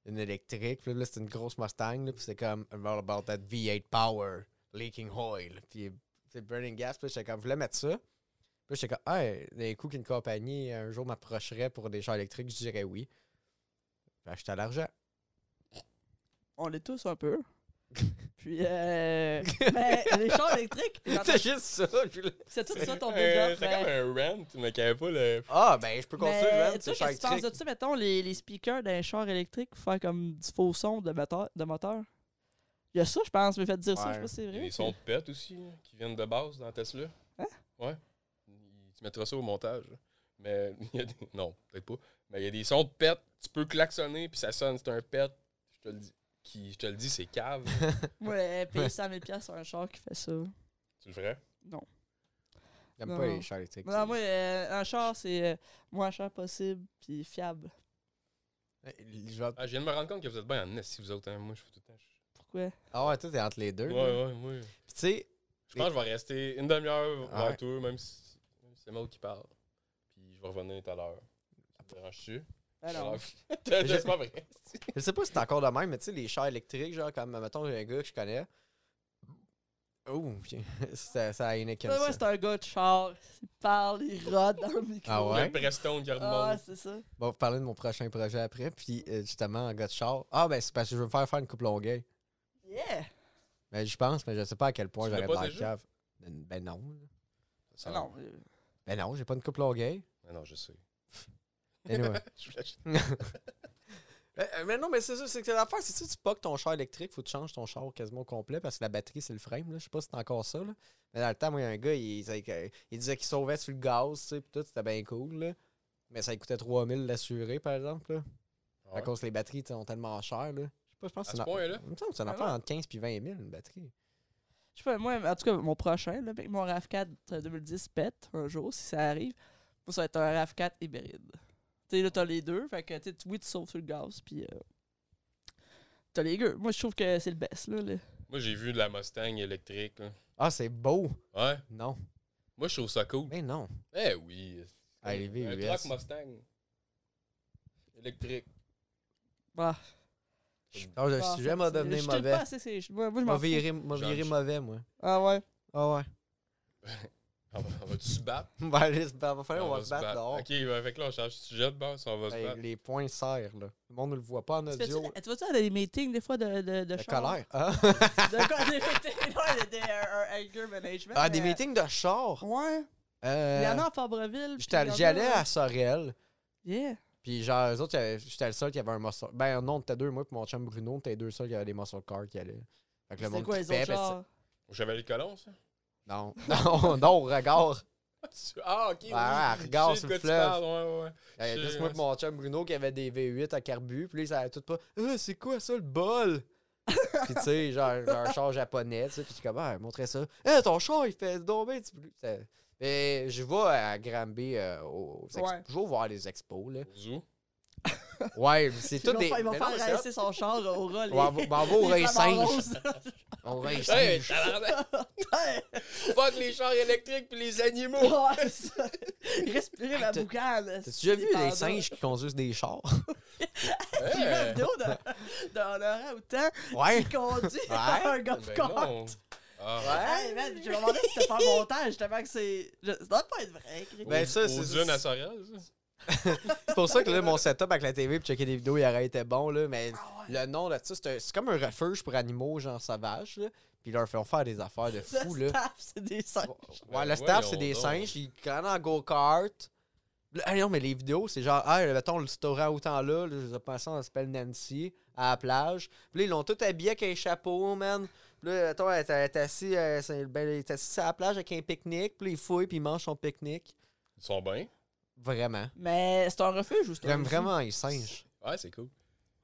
une électrique. Puis là, c'était une grosse Mustang, là, puis c'était comme, all about that V8 power, leaking oil, puis c'est burning gas. Puis là, j'étais comme, je voulais mettre ça. Puis là, j'étais comme, hey, d'un coup qu'une compagnie un jour m'approcherait pour des chars électriques, je dirais oui. J'ai acheté à [LAUGHS] l'argent. On l'est tous un peu. Puis, euh, mais les chars électriques, C'est juste ça. je voulais- c'est tout ça ton ben. Euh, build-up. C'était comme mais- un rant, mais qui avait pas le. Ah, ben, je peux construire Mais man, toi, ces qu'est-ce chars que tu penses électriques. de ça, mettons, les, les speakers d'un char électrique pour faire comme du faux son de moteur? De moteur? Il y a ça, je pense, mais faites dire ça, je sais Ouais. pas si c'est Il y a vrai. des sons de pète aussi, hein, qui viennent de base dans Tesla. Hein? Ouais. Il- Tu mettras ça au montage. là. Mais [LAUGHS] il y a des... Non, peut-être pas. Mais il y a des sons de pète, tu peux klaxonner, puis ça sonne, c'est un pète. Je te le dis. Qui, je te le dis, c'est cave. Ouais, payer 100 000 piastres sur un char qui fait ça. tu le ferais? [LAUGHS] J'aime Non. pas les chars électriques. Non, moi, euh, un char, c'est euh, moins cher possible, puis fiable. Je vais- Ah, je viens de me rendre compte que vous êtes bien en si vous autres. hein. Moi, je fais tout le temps. je- Pourquoi? Ah ouais, toi, t'es entre les deux. Ouais, là. ouais, moi. Puis tu sais, Je pense que je vais rester une demi-heure Ah vers ouais. toi, même si même si c'est moi qui parle. Puis je vais revenir tout à l'heure. Ça te dérange-tu? Alors, [LAUGHS] T'as- C'est pas vrai. Je sais pas si c'est encore de même, mais tu sais, les chars électriques, genre, comme, mettons, j'ai un gars que je connais. Oh, [LAUGHS] ça, ça a une moi, c'est un gars de char. Il parle, il rode dans le micro. Ah ouais? Le Preston qui Ah, remonte. c'est ça. Bon, vous parler de mon prochain projet après, puis euh, justement, un gars de char. Ah, ben, c'est parce que je veux me faire faire une coupe longueuil. Yeah! Mais je pense, mais je sais pas à quel point Tu l'as j'aurais de pas la déjà? Ah cave. Ben, ben non. Ça- non, euh, Ben non, j'ai pas une coupe longueuil. Ah non, je sais. Anyway. [LAUGHS] Je voulais [LAUGHS] acheter- mais, Euh, mais non, mais c'est ça, c'est que l'affaire, c'est si tu poques ton char électrique, faut que tu changes ton char quasiment au complet parce que la batterie, c'est le frame. Là. Je sais pas si c'est encore ça. Là. Mais dans le temps, moi, il y a un gars, il, disait que- il disait qu'il sauvait sur le gaz, tu sais, pis tout, c'était bien cool. Là. Mais ça lui coûtait 3000 l'assurer, par exemple. Là. Ouais. À cause que les batteries tu sais, sont tellement chères. Là. Je sais pas, je pense À que ce c'est une- point-là? Il me semble que c'est une Ah affaire ouais? entre 15 et 20 000 une batterie. je sais pas, moi, en tout cas, mon prochain, là, ben, mon RAV4 2010 pète un jour, si ça arrive. Moi, ça va être un RAV4 hybride. Tu sais, là, t'as les deux. Fait que, tu sais, tu- oui, tu sauves sur le gaz, puis euh, t'as les deux. Moi, je trouve que c'est le best, là. là. Moi, j'ai vu de la Mustang électrique. là. Ah, c'est beau! Ouais. Non. Moi, je trouve ça cool. Mais non. Eh oui. Ah, les Un VUS. truck Mustang. [LAUGHS] Électrique. Bah, Alors, Ah, le bah, sujet ça- m'a c'est- devenu je tilte mauvais. pas assez, c'est- moi, moi, je M'a m'en fous. viré, m'a viré Genre, je- mauvais, moi. Ah ouais. Ah ouais. On va, on va se battre? [LAUGHS] Ben, allez, ben, va falloir, on va se battre dehors. Ok, ben, fait que là, on change de sujet de base. On va se Hey, battre. les points serrent, là. Le monde ne le voit pas en Tu, fais-tu- eh, audio. tu vas-tu à des meetings, des fois, de, de, de La char? colère. Ah, De quoi? Des meetings, non, des- des- un- un anger management. Ah, des mais- meetings de char. Ouais. euh, Oh. Il y en a Euh, à Fabreville. j'étais allé- puis il J'y y en a- allais à Sorel. Yeah. Puis genre, eux autres, il y avait- j'étais le seul qui avait un muscle. Ben non, t'étais deux, moi puis mon chum Bruno, on était deux seuls qui avaient des muscle cars qui allaient. Fait que le C'était monde quoi, les trippait, autres parce que- chars? J'avais les colons, ça? [LAUGHS] Non, [LAUGHS] non, non, regard. Ah, ok. oui. Ah, Je sais regarde de sur quoi le tu fleuve. parles, ouais, ouais. Il y avait Je- juste moi et Euh, mon chum Bruno qui avait des V8 à carbu, puis là, ils savaient tout pas. Ah, c'est quoi ça, le bol? [LAUGHS] puis tu sais, genre, genre un char japonais, tu sais, puis tu comme, ah, montrer ça. Eh, ton char, il fait tomber. Mais je vais à Granby, euh, aux ex- Ouais. toujours voir les expos, là. Au zoo. Ouais, mais c'est Ils tout vont des. faire- Ils vont mais non, mais c'est faire racer son char au rôle. hot. Ouais, on va- [LAUGHS] ben, on va au les rail singe. flamants roses. On rail Hey, singe. [LAUGHS] tabarnak! Fuck les chars électriques puis les animaux! Ouais, ça. Respirer la Ah, t'as- boucane. T'as-tu déjà vu les singes qui conduisent des chars? [LAUGHS] J'ai vu une Hey. vidéo de- d'un Laurent Houtan Ouais. qui conduit [LAUGHS] un golf Ben cart. non. Ah. Hey, man, je me demandais si c'était pas un montage, tellement que c'est. je- Ça doit pas être vrai, Chris. Ben, Aux- ça, aux c'est- unes à Sorel, ça? C'est pour ça que là, mon setup avec la TV pour checker des vidéos, il aurait été bon, là, mais Ah ouais. le nom là-dessus, c'est un- c'est comme un refuge pour animaux, genre sauvages, là. Puis ils leur font faire des affaires de Le fou, là. staff, c'est des singes. Ouais, Ben, le staff, voyons c'est des donc. singes, ils crânent en go-kart. Le- ah non, mais les vidéos, c'est genre, ah, mettons, le story à autant là, là, je les ai passés, on s'appelle Nancy, à la plage. Puis là, ils l'ont tout habillé avec un chapeau, man. Puis là, mettons, elle est- elle est assise, elle, c'est- ben, elle est assise à la plage avec un pique-nique. Puis là, il fouille, puis il mange son pique-nique. Ils sont bien. Vraiment. Mais c'est un refuge ou c'est un J'aime zoo? vraiment les singes. Ouais, c'est cool.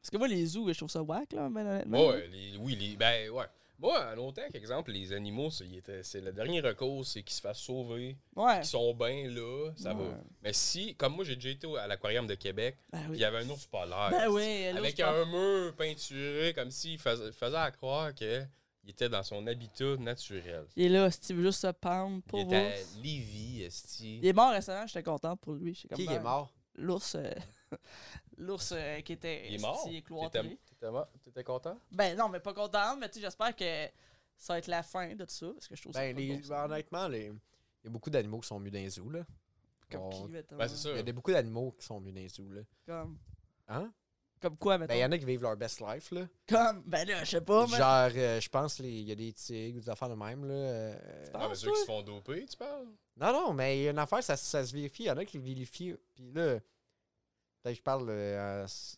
Parce que moi, les zoos, je trouve ça whack, là, ben, honnêtement. Ouais, les- oui, les, ben ouais. Moi, à longtemps, par exemple, les animaux, c'est il était- c'est le dernier recours, c'est qu'ils se fassent sauver, Ouais. qu'ils sont bien là, ça Ouais. va. Mais si, comme moi, j'ai déjà été au- à l'aquarium de Québec, Ben puis il oui. y avait un ours polaire. Ben oui, l'ours avec polaire. un mur peinturé, comme s'il fais- faisait à croire qu'il était dans son habitat naturel. Il est là, Steve, veut juste se pendre Il pour était à l'ours. Lévis, esti. Il est mort récemment, j'étais content pour lui. j'étais comme, Qui ben, est mort? L'ours. euh, [LAUGHS] L'ours euh, qui était. Il est mort? esti, écloîtré. T'étais mort- t'étais content? Ben non, mais pas content, mais tu sais, j'espère que ça va être la fin de tout ça. Parce que je trouve ça. Ben, pas les- bon, ça. honnêtement, les- il y a beaucoup d'animaux qui sont mieux dans les zoos, là. Comme on- qui, mettons, Ben, c'est Il sûr. y a des- beaucoup d'animaux qui sont mieux dans les zoos, là. Comme, Hein? comme quoi, mettons? Ben, il y en a qui vivent leur best life, là. Comme, ben là, je sais pas, mais. Genre, euh, je pense les- il y a des tigres ou des affaires de même. Là. euh, Tu Ah, mais penses, ceux toi? qui se font doper, tu parles? Non, non, mais il y a une affaire, ça, ça se vérifie. Il y en a qui le vérifient. Puis là, peut-être que je parle euh, en s-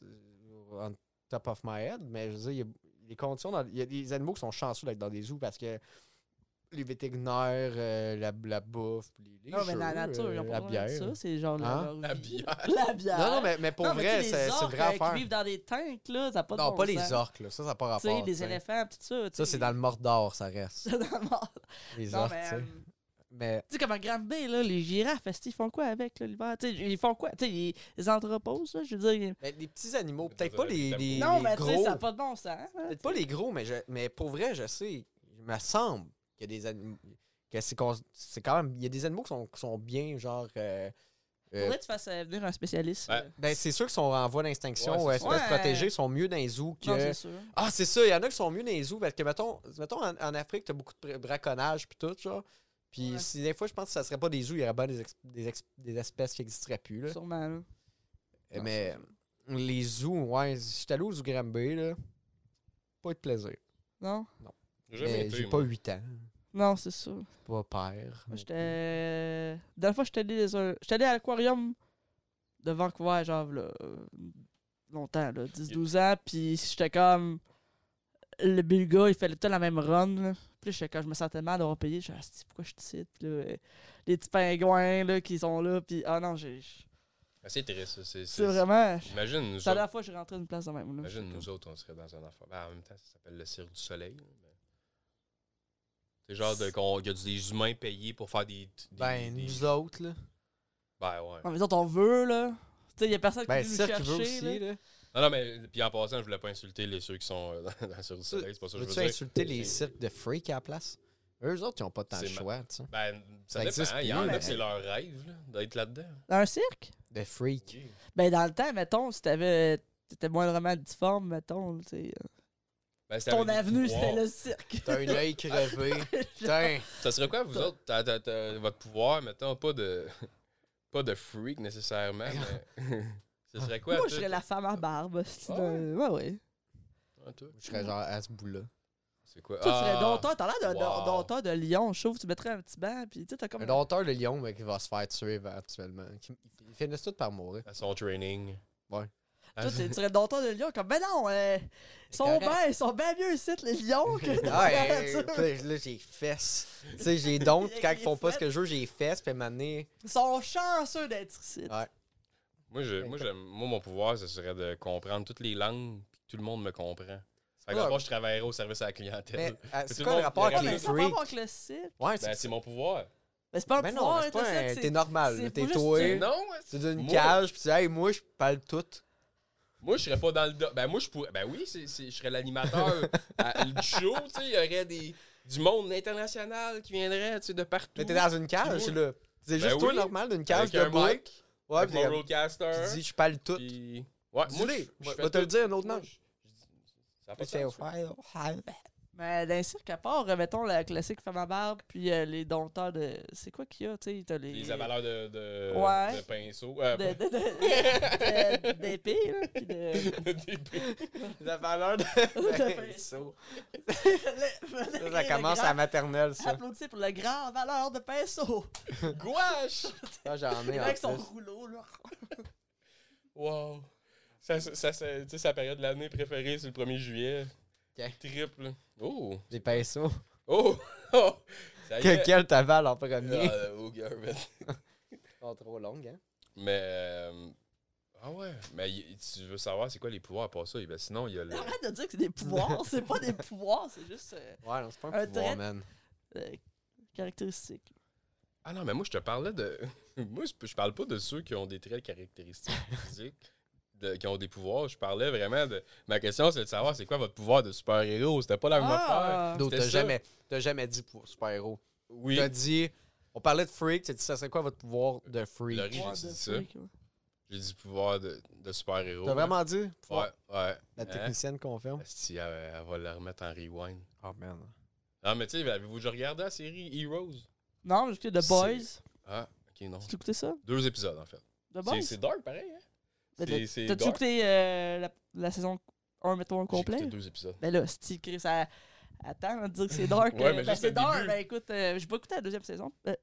on top of my head, mais je veux dire, il y a les conditions. dans- il y a des animaux qui sont chanceux d'être dans des zoos parce que les vétérinaires, euh, la, la bouffe, les, les Non, mais jeux, la nature, ils euh, ont la pas besoin bière. de ça. C'est genre la- Hein? leur La vie. bière. [LAUGHS] La bière. Non, non, mais, mais pour Non, mais tu sais, vrai, les c'est c'est une orques, vraie euh, affaire. qui vivent dans des tanks, là, ça n'a pas de non, bon pas les sens. orques, là. ça, ça n'a pas Tu sais, rapport. tu des sais. éléphants, pis tout ça. tu Ça, sais. [LAUGHS] c'est dans le Mordor, ça reste. C'est dans le mort. Les Non, orques, mais. tu sais. euh, Mais Tu sais, comme à Grande Bay, là, les girafes, esti, ils font quoi avec là, l'hiver? Tu sais, ils font quoi? Tu sais, ils, ils entreposent, là, je veux dire. Ben, les petits animaux, Ça, peut-être ça pas doit être les, des les- tabous. Non, les mais tu sais, gros. ça n'a pas de bon sens. hein. Peut-être pas les gros, mais, je- mais pour vrai, je sais. Il me semble qu'il y a des animaux. Que c'est, cons- c'est quand même. Il y a des animaux qui sont, qui sont bien, genre. euh, euh, Faudrait que tu fasses euh, venir un spécialiste. Ouais. euh. ben, c'est sûr qu'ils sont en voie d'extinction, Ouais, c'est espèces ça. protégées, euh, ils sont mieux dans les zoos que. Non, c'est sûr. ah, c'est ça, il y en a qui sont mieux dans les zoos. Parce que, mettons, mettons en, en Afrique, t'as beaucoup de bra- braconnage, puis tout, genre. Puis, Ouais. si des fois, je pense que ça serait pas des zoos, il y aurait bien des, ex- des, ex- des espèces qui n'existeraient plus, là. Sûrement. là. Euh, mais les zoos, ouais, j'étais allé au zoo Granby, là. Pas eu de plaisir. Non? J'ai jamais Mais été, J'ai moi. pas 8 ans. Non, c'est sûr. Moi, Pas père. non plus. j'étais. Dans le fond, j'étais allé dans un- j'étais allé à l'aquarium de Vancouver, genre, là, euh, longtemps, là, 10-12 ans, puis j'étais comme. Le Bulga, il fait le temps la même run, là. Puis là, j'étais quand je me sentais mal d'avoir payé, je suis dit, pourquoi je suis ici? Puis là, euh, les petits pingouins, là, qui sont là, puis ah non, j'ai. Ah, C'est triste, ça, c'est- C'est c'est- vraiment. Imagine nous C'est la autres. dernière fois que j'ai rentré une place dans même. Là. Imagine nous autres, on serait dans un affaire. Ben, en même temps, ça s'appelle le cirque du soleil. là, mais- C'est genre de qu'on il y a du- des humains payés pour faire des. des- Ben, des- nous autres, là. Ben ouais. Non, mais autres, on veut, là. Tu sais, y a personne qui Ben, veut c'est nous ça qui chercher. veut aussi, là. là. Non, non, mais puis en passant, je voulais pas insulter les ceux qui sont euh, [LAUGHS] dans, dans le cirque du Tu- soleil. C'est pas ça que je veux Veux-tu dire. insulter les C'est- cirques de freak à la place? Eux autres, ils ont pas tant de C'est ma- choix, tu sais. Ben, Ça ça, existe dépend. Il y plus, en a mais- que c'est leur rêve là, d'être là-dedans. Dans un cirque? De freak. Ben, dans le temps, mettons, si t'avais. T'étais moindrement difforme, mettons. tu sais. euh, Ben, si Ton t'avais des avenue, pouvoirs, c'était le cirque. T'as un œil crevé. [LAUGHS] Putain. Ça serait quoi, vous T'as- autres, t'as- t'as- t'as- votre pouvoir, mettons, pas de, [LAUGHS] pas de freak nécessairement, mais ce serait quoi? Moi, toi, je serais la femme à barbe. hostie, Ah dans- ouais? Ouais, ouais. Ah, toi? Toi, Je serais genre à ce bout-là. C'est quoi? Toi, tu serais Ah! dompteur. T'as l'air d'un Wow. dompteur de lion. Je trouve que tu mettrais un petit banc, puis tu sais, t'as comme. Un auteur de lion, mais qui va se faire tuer éventuellement. Qui- Ils finissent tous par [LAUGHS] mourir. À son training. Ouais. Ah, Toi, tu tu serais dompteur de lion, comme. Ben non, euh, ils sont correct. bien, ils sont bien mieux ici, les lions, que [LAUGHS] dans Ah, la hey, nature. hey, là, j'ai les fesses. Tu sais, j'ai donc, Avec quand ils les font pas ce fesses. que je veux, j'ai les fesses, puis à un [LAUGHS] moment donné, Ils sont chanceux d'être ici. Ouais. moi, je, moi, j'aime- moi, mon pouvoir, ce serait de comprendre toutes les langues, puis que tout le monde me comprend. Fait que Ouais. d'abord, je travaillerais au service à la clientèle. mais, ah, c'est tout quoi le le monde- il rapport y Ouais, avec aurait les mais ça n'a freaks? pas à voir que le cirque. Ouais, Ben, c'est mon pouvoir. Ben, c'est pas un Mais non, pouvoir, mais c'est être au pas cirque, un- c'est- t'es normal, c'est- là, faut t'es juste toué, dire- Ben Non, tu donnes une Moi- cage, puis tu dis, hey, moi, je parle tout. Moi, je serais pas dans le. do- Ben, moi, je pourrais. Ben oui, c'est, c'est- je serais [LAUGHS] l'animateur à- du show, tu sais. Il y aurait des, du monde international qui viendrait, tu sais, de partout. Mais t'es dans une cage, Oui. là. C'est Ben juste toi, oui. normal, d'une cage Avec de un bois. mic, Ouais, avec puis mon tu roadcaster. dis, je parle tout. Puis... Ouais, moi, Dis-le. je- je Va- fais va te le tout. dire un autre Moi, nom. je- je dis- Ça a pas Puis de tu fais, sens. ouais, ouais. Mais dans les cirques, à part, euh, mettons, la classique femme à barbe, puis euh, les dompteurs de. C'est quoi qu'il y a, tu sais T'as les. Les avaleurs de, de, Ouais. de pinceaux. euh, de- de- de- de- d'épées, là, puis de. [LAUGHS] des pinceaux. [LAUGHS] La valeur de. Ben, De pinceau. Ça, [LAUGHS] ça, ça commence à la maternelle, ça. Applaudissez pour la grande valeur de pinceau. Gouache! Ça, [LAUGHS] j'en Les ai Ah, en mecs sont plus. rouleaux, là. Wow. Ça, ça, ça, ça- tu sais, sa période de l'année préférée, c'est le 1er juillet. Ok. Triple. Oh! [LAUGHS] Des pinceaux. Oh! oh. Ça y Que, est. quel t'avales en premier? [LAUGHS] Ah, oh, Garvin. Pas trop longue, hein? Mais. euh, ah ouais. Mais y- tu veux savoir c'est quoi les pouvoirs à part ça? Ben sinon, il y a le. Arrête de dire que c'est des pouvoirs. C'est pas des pouvoirs, c'est juste euh, Ouais, non, c'est pas un, Un pouvoir, trait. man. euh, caractéristique. Ah non, mais moi, je te parlais de. [LAUGHS] moi, je, je parle pas de ceux qui ont des traits [LAUGHS] caractéristiques physiques, de- qui ont des pouvoirs. Je parlais vraiment de. Ma question, c'est de savoir c'est quoi votre pouvoir de super-héros. C'était pas la même affaire. D'autres, t'as Ah, ça. jamais, t'as jamais dit pour super-héros. Oui. T'as dit... On parlait de freak, t'as dit ça serait quoi votre pouvoir de Le freak? riz. Pouvoir j'ai de dit ça. freak, ouais. J'ai dit pouvoir de, de super-héros. T'as vraiment dit? Ouais, ouais. La technicienne confirme. Si elle, elle va la remettre en rewind. [LAUGHS] Oh, man. Ah, mais tu sais, avez-vous déjà regardé la série Heroes? Non, j'ai écouté The C'est- Boys. Ah, ok, non. T'as-tu écouté ça? Deux épisodes, en fait. The C'est- Boys? C'est dark, pareil, hein? Ben, C'est- C'est T'as-tu dark. écouté euh, la, la saison 1, mettons, au J'ai complet? écouté deux épisodes. Ben là, si Chris, ça... attends, on dire que [LAUGHS] c'est dark. Ouais, euh, mais ben juste c'est le dark. début. Ben écoute, euh, j'ai pas écouté la deuxième saison. Euh,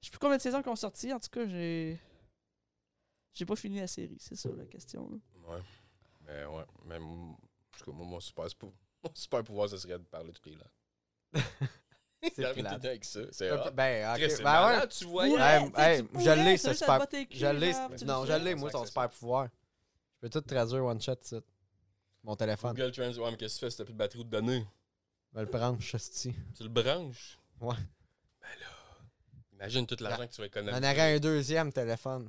je sais plus combien de saisons qui ont sorti. En tout cas, j'ai. J'ai pas fini la série, c'est ça la question. là. Ouais. Mais ouais. Mais, m- en tout cas, moi, mon super, pou- [LAUGHS] mon super pouvoir, ce serait de parler toutes les langues. C'est Terminé plate. avec ça. C'est T'as pas- hot. Ben, Chris, ok. c'est Ben, ouais. malade, tu voyais. Ouais. tu sais, hey, tu je pourrais, l'ai, ça, ce juste super- à te botter le cul, Je l'ai. genre, tu Non, le je fais. l'ai, moi, C'est son accessible. super pouvoir. Je peux tout traduire one-shot, ça. Mon téléphone. Google Trends, ouais, mais qu'est-ce que tu fais si t'as plus de batterie de données? Je vais le prendre, chastis. Tu le branches? Ouais. Ben là, imagine tout l'argent que tu vas On économiser. aurait un deuxième téléphone.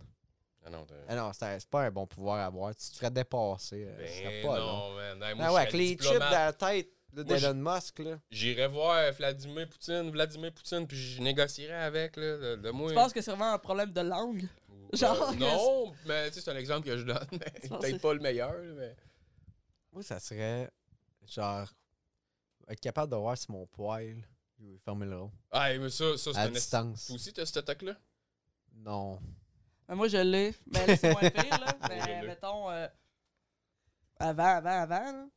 Ah non, t'as- Ah non, c'est c'est pas un bon pouvoir à avoir. Tu te ferais dépasser. euh, ce serait Ben pas long. non, man. Hey, moi, Ah je ouais, serais avec les chips diplomate. dans la tête là, Moi, je- d'Elon Musk, là. J'irai voir Vladimir Poutine, Vladimir Poutine, puis je négocierai avec, là, de, de moi. Je pense que c'est vraiment un problème de langue. Ou- genre euh, que- non, mais tu sais, c'est un exemple que je donne, [LAUGHS] mais Je pense peut-être que- pas le meilleur, là, mais... Moi, ça serait genre être capable de voir si mon poil il est fermé le rond. Ah, mais ça, ça c'est À un... esti- distance. Toi aussi, t'as cette attaque-là? Non. Ben, moi, je l'ai. Mais [LAUGHS] là, c'est moins pire, là. Moi, je Mais l'ai. mettons, euh, avant, avant, avant, là.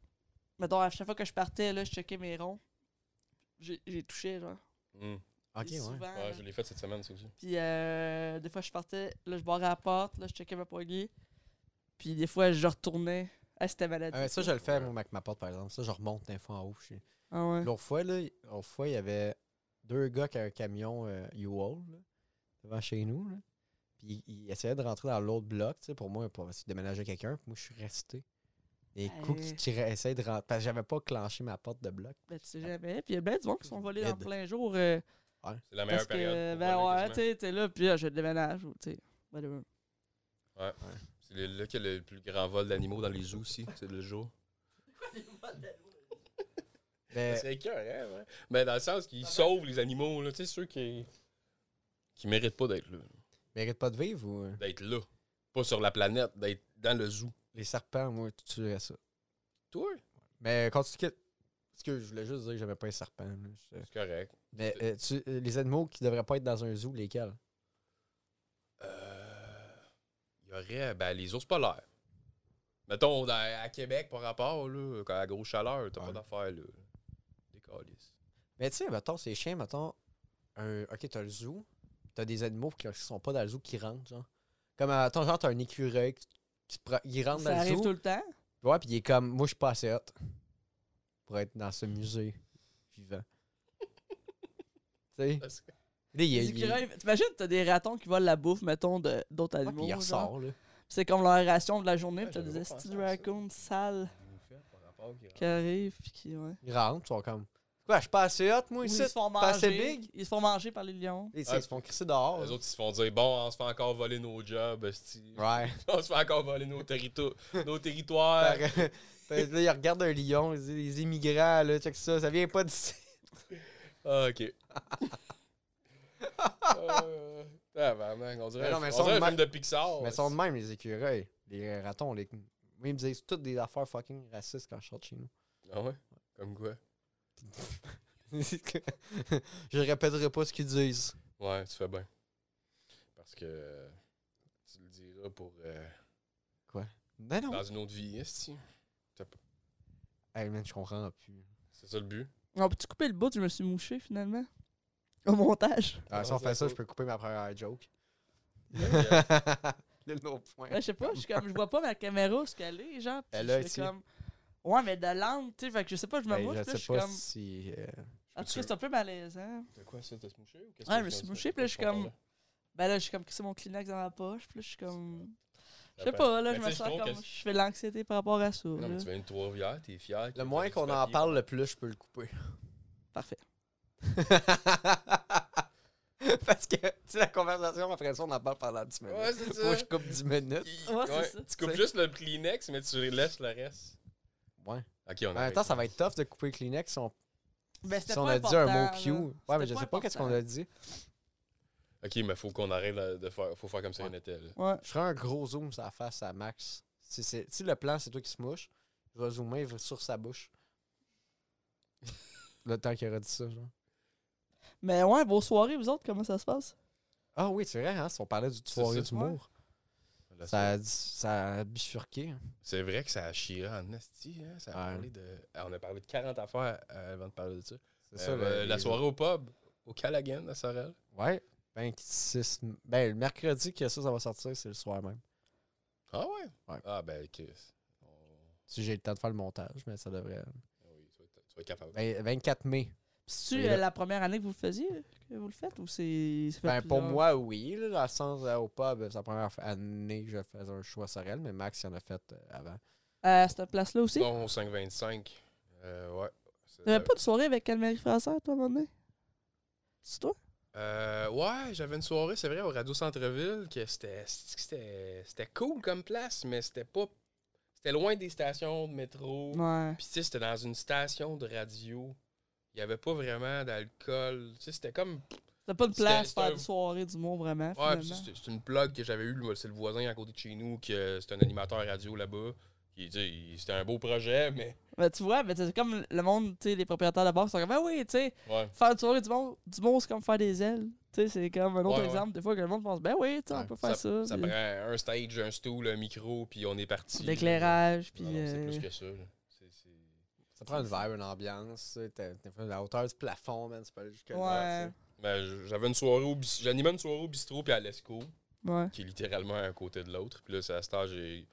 Mettons, à chaque fois que je partais, là, je checkais mes ronds. J'ai j'ai touché, genre. Hum. Ok, Et souvent, ouais. Ouais, là. je l'ai fait cette semaine, ça aussi. Puis euh, des fois, je partais, là, je barrais à la porte, là, je checkais ma poignée. Puis des fois, je retournais. Ah, c'était malade. Ah, mais ça, je le fais, moi, avec ma porte, par exemple. Ça, je remonte des fois en haut. je suis- Ah ouais. L'autre fois, là, l'autre fois, il y avait deux gars qui avaient un camion euh, U-Haul, là, devant chez nous, là. Puis ils ils essayaient de rentrer dans l'autre bloc, tu sais, pour moi, pour essayer de déménager quelqu'un. Puis moi, je suis resté. Et Euh. coups qui Hey. tiraient, essayaient de rentrer. Parce que j'avais pas clenché ma porte de bloc. Ben, tu sais jamais. Puis il y a ben du monde qui sont volés dans Raide. plein jour. euh, C'est la meilleure parce période. que, pour ben voler, ouais, quasiment. tu sais, t'es là, puis là, je déménage, ou tu sais. whatever. C'est le- là qu'il y a le plus grand vol d'animaux dans les zoos aussi, c'est le jour. Mais- C'est écœurant, ouais. Mais dans le sens qu'ils sauvent les animaux, là, tu sais, ceux qui... qui méritent pas d'être là. mérite pas de vivre ou euh, D'être là. Pas sur la planète, d'être dans le zoo. les serpents, moi, tu tuerais ça. Toi? Mais quand tu quittes. Parce que je voulais juste dire que j'aimais pas les serpents. là, je- C'est correct. Mais euh, tu- euh, les animaux qui devraient pas être dans un zoo, lesquels Euh, Il y aurait ben, les ours polaires. Mettons, dans- à Québec, par rapport, là, quand la grosse chaleur, t'as Ouais. pas d'affaires, là. Des [LAUGHS] calices. Mais tu sais, mettons, ces chiens, mettons. Un... Ok, t'as le zoo. T'as des animaux qui sont pas dans le zoo qui rentrent, genre. Comme, euh, attends, genre, t'as un écureuil qui, qui, se pro- il rentre Ça dans le arrive zoo. tout le temps. Ouais, puis il est comme, moi, je suis pas assez hot pour être dans ce musée vivant. [LAUGHS] tu sais, Parce que- là, il, Les il- il- écureuils- T'imagines, t'as des ratons qui volent la bouffe, mettons, de- d'autres ouais, puis animaux. il genre. ressort, là. C'est comme leur ration de la journée, Ouais, puis t'as j'avais des pas estis pensé de à ça. raccoons sales qui arrivent, puis qui, ouais. Ils rentrent, ils sont comme. Quoi, je suis pas assez hot, moi, Ou ici. ils se font pas assez manger. big? Ils se font manger par les lions. Et Ouais. ils se font crisser dehors. Les autres, ils se font dire bon, on se fait encore voler nos jobs, esti. Ouais. [LAUGHS] on se fait encore voler nos, territo- nos territoires. Par- [LAUGHS] Fait que là, ils regardent un lion, ils disent, les immigrants, là, check ça, ça vient pas d'ici. Ah, ok. [LAUGHS] Euh, tabarnak, on dirait, Mais non, un- mais on sont dirait de un film ma- de Pixar. Mais ils sont de même, les écureuils, les ratons. Les... Moi, ils me disent toutes des affaires fucking racistes quand je sors de chez nous. Ah ouais? Comme quoi? [LAUGHS] je répéterai pas ce qu'ils disent. Ouais, tu fais bien. Parce que euh, tu le diras pour euh, Ben non. dans une autre vie, esti. Hey man, je comprends plus. C'est ça le [LAUGHS] but. On peut-tu couper le bout? Je me suis mouché finalement. Au montage. Ah, si on fait ça, je peux couper ma première joke. [LAUGHS] euh, le no point. Ouais, je sais pas, je suis comme je vois pas ma caméra où ce qu'elle est, genre. puis Elle est là, je fais ici. comme. Ouais, mais de l'angle, tu sais, fait que je sais pas, je me Ben, mouche, puis je là, je sais suis pas comme. si. euh, En tout cas, c'est un peu malaisant. De quoi ça, t'as se mouché ou qu'est-ce que Ouais, je me tu suis penses? mouché, puis là, je suis Qu'est-ce qu'on comme- parle, Ben là, je suis comme, c'est mon Kleenex dans la poche, puis là, je suis comme. Je sais Ben, pas, là, ben, je tu me sais, sens trouve que comme. Je fais de l'anxiété par rapport à ça. Non, mais là. tu viens de Trois-Rivières, t'es fier. Le moins qu'on en parle, le plus je peux le couper. [LAUGHS] Parfait. Parce que, tu sais, la conversation, après ça, on en parle pendant 10 minutes. Ouais, c'est Faut que je ça. coupe 10 minutes. Ouais, c'est Ouais, ça. Tu coupes juste le Kleenex, mais tu laisses le reste. Ouais. Ok, on En même temps, Ben, ça va être tough de couper Kleenex si on, Ben, c'était si on pas a dit un mot important, Q. là. Ouais, mais je C'était sais pas qu'est-ce qu'on important. a dit. Ok, mais faut qu'on arrête de de faire. Faut faire comme si Ouais. on était là. Ouais. Je ferai un gros zoom sur la face à Max. Si, c'est- si le plan, c'est toi qui se mouche, je vais zoomer sur sa bouche. le temps qu'il aurait dit ça, genre. Mais ouais, vos soirées, vous autres, comment ça se passe? Ah oui, c'est vrai, hein, si on parlait du C'est soirée ça, d'humour. Là, Ça, a dit- ça a bifurqué. hein. C'est vrai que ça a chiré en esti, hein? Ça a Ouais. parlé de. Ah, On a parlé de 40 affaires euh, avant de parler de ça. C'est Euh, le- euh, la les- soirée au pub, au Callaghan à Sorel. Ouais. 26. Ben, le mercredi que ça, ça va sortir, c'est le soir même. Ah ouais? Ouais. Ah ben Chris. On- Si j'ai le temps de faire le montage, mais ça devrait. Ah Oui, tu vas être- tu vas être capable. Ben, 24 mai. C'est-tu Oui, euh, là. la première année que vous le faisiez, que vous le faites, ou c'est. ça fait Ben, pour plusieurs- moi, oui. Là, dans le sens, euh, au pub, c'est la première année que je faisais un choix sur elle, mais Max, il en a fait euh, avant. À cette place-là aussi? Bon, au 525. Euh, ouais. C'est- T'avais pas de soirée avec Anne-Marie François, toi, à un moment donné? C'est toi? Euh, ouais, j'avais une soirée, c'est vrai, au Radio Centre-Ville, que c'était c'était c'était cool comme place, mais c'était pas. C'était loin des stations de métro. Ouais. Puis, tu sais, c'était dans une station de radio. Il n'y avait pas vraiment d'alcool. Tu sais, c'était comme. T'as pas de C'était- place c'était pour faire un- des soirées du monde, vraiment. Ouais, Ah, finalement. puis c'est c'est une plug que j'avais eue. C'est le voisin à côté de chez nous, qui euh, c'est un animateur radio là-bas. Il, tu sais, il- C'était un beau projet, mais. Ben, tu vois, ben, c'est comme le monde, tu sais, les propriétaires de bars sont comme, ben oui, tu sais, Ouais. faire une soirée du monde, du monde, c'est comme faire des ailes. Tu sais, c'est comme un autre Ouais, ouais. exemple. Des fois, que le monde pense, ben oui, tu sais, on Ouais, peut faire ça. Ça puis prend un stage, un stool, un micro, puis on est parti. L'éclairage, puis. Non, non, C'est euh, plus que ça. là. C'est- c'est- Ça prend une vibe, une ambiance. tu sais, T'es t'es à la hauteur du plafond, man. C'est pas jusque Ouais. Ben, j- j'avais une soirée au bis- j'animais une soirée au bistrot puis à l'Esco, Ouais. qui est littéralement à un côté de l'autre. Puis là, c'est à ce temps, j'ai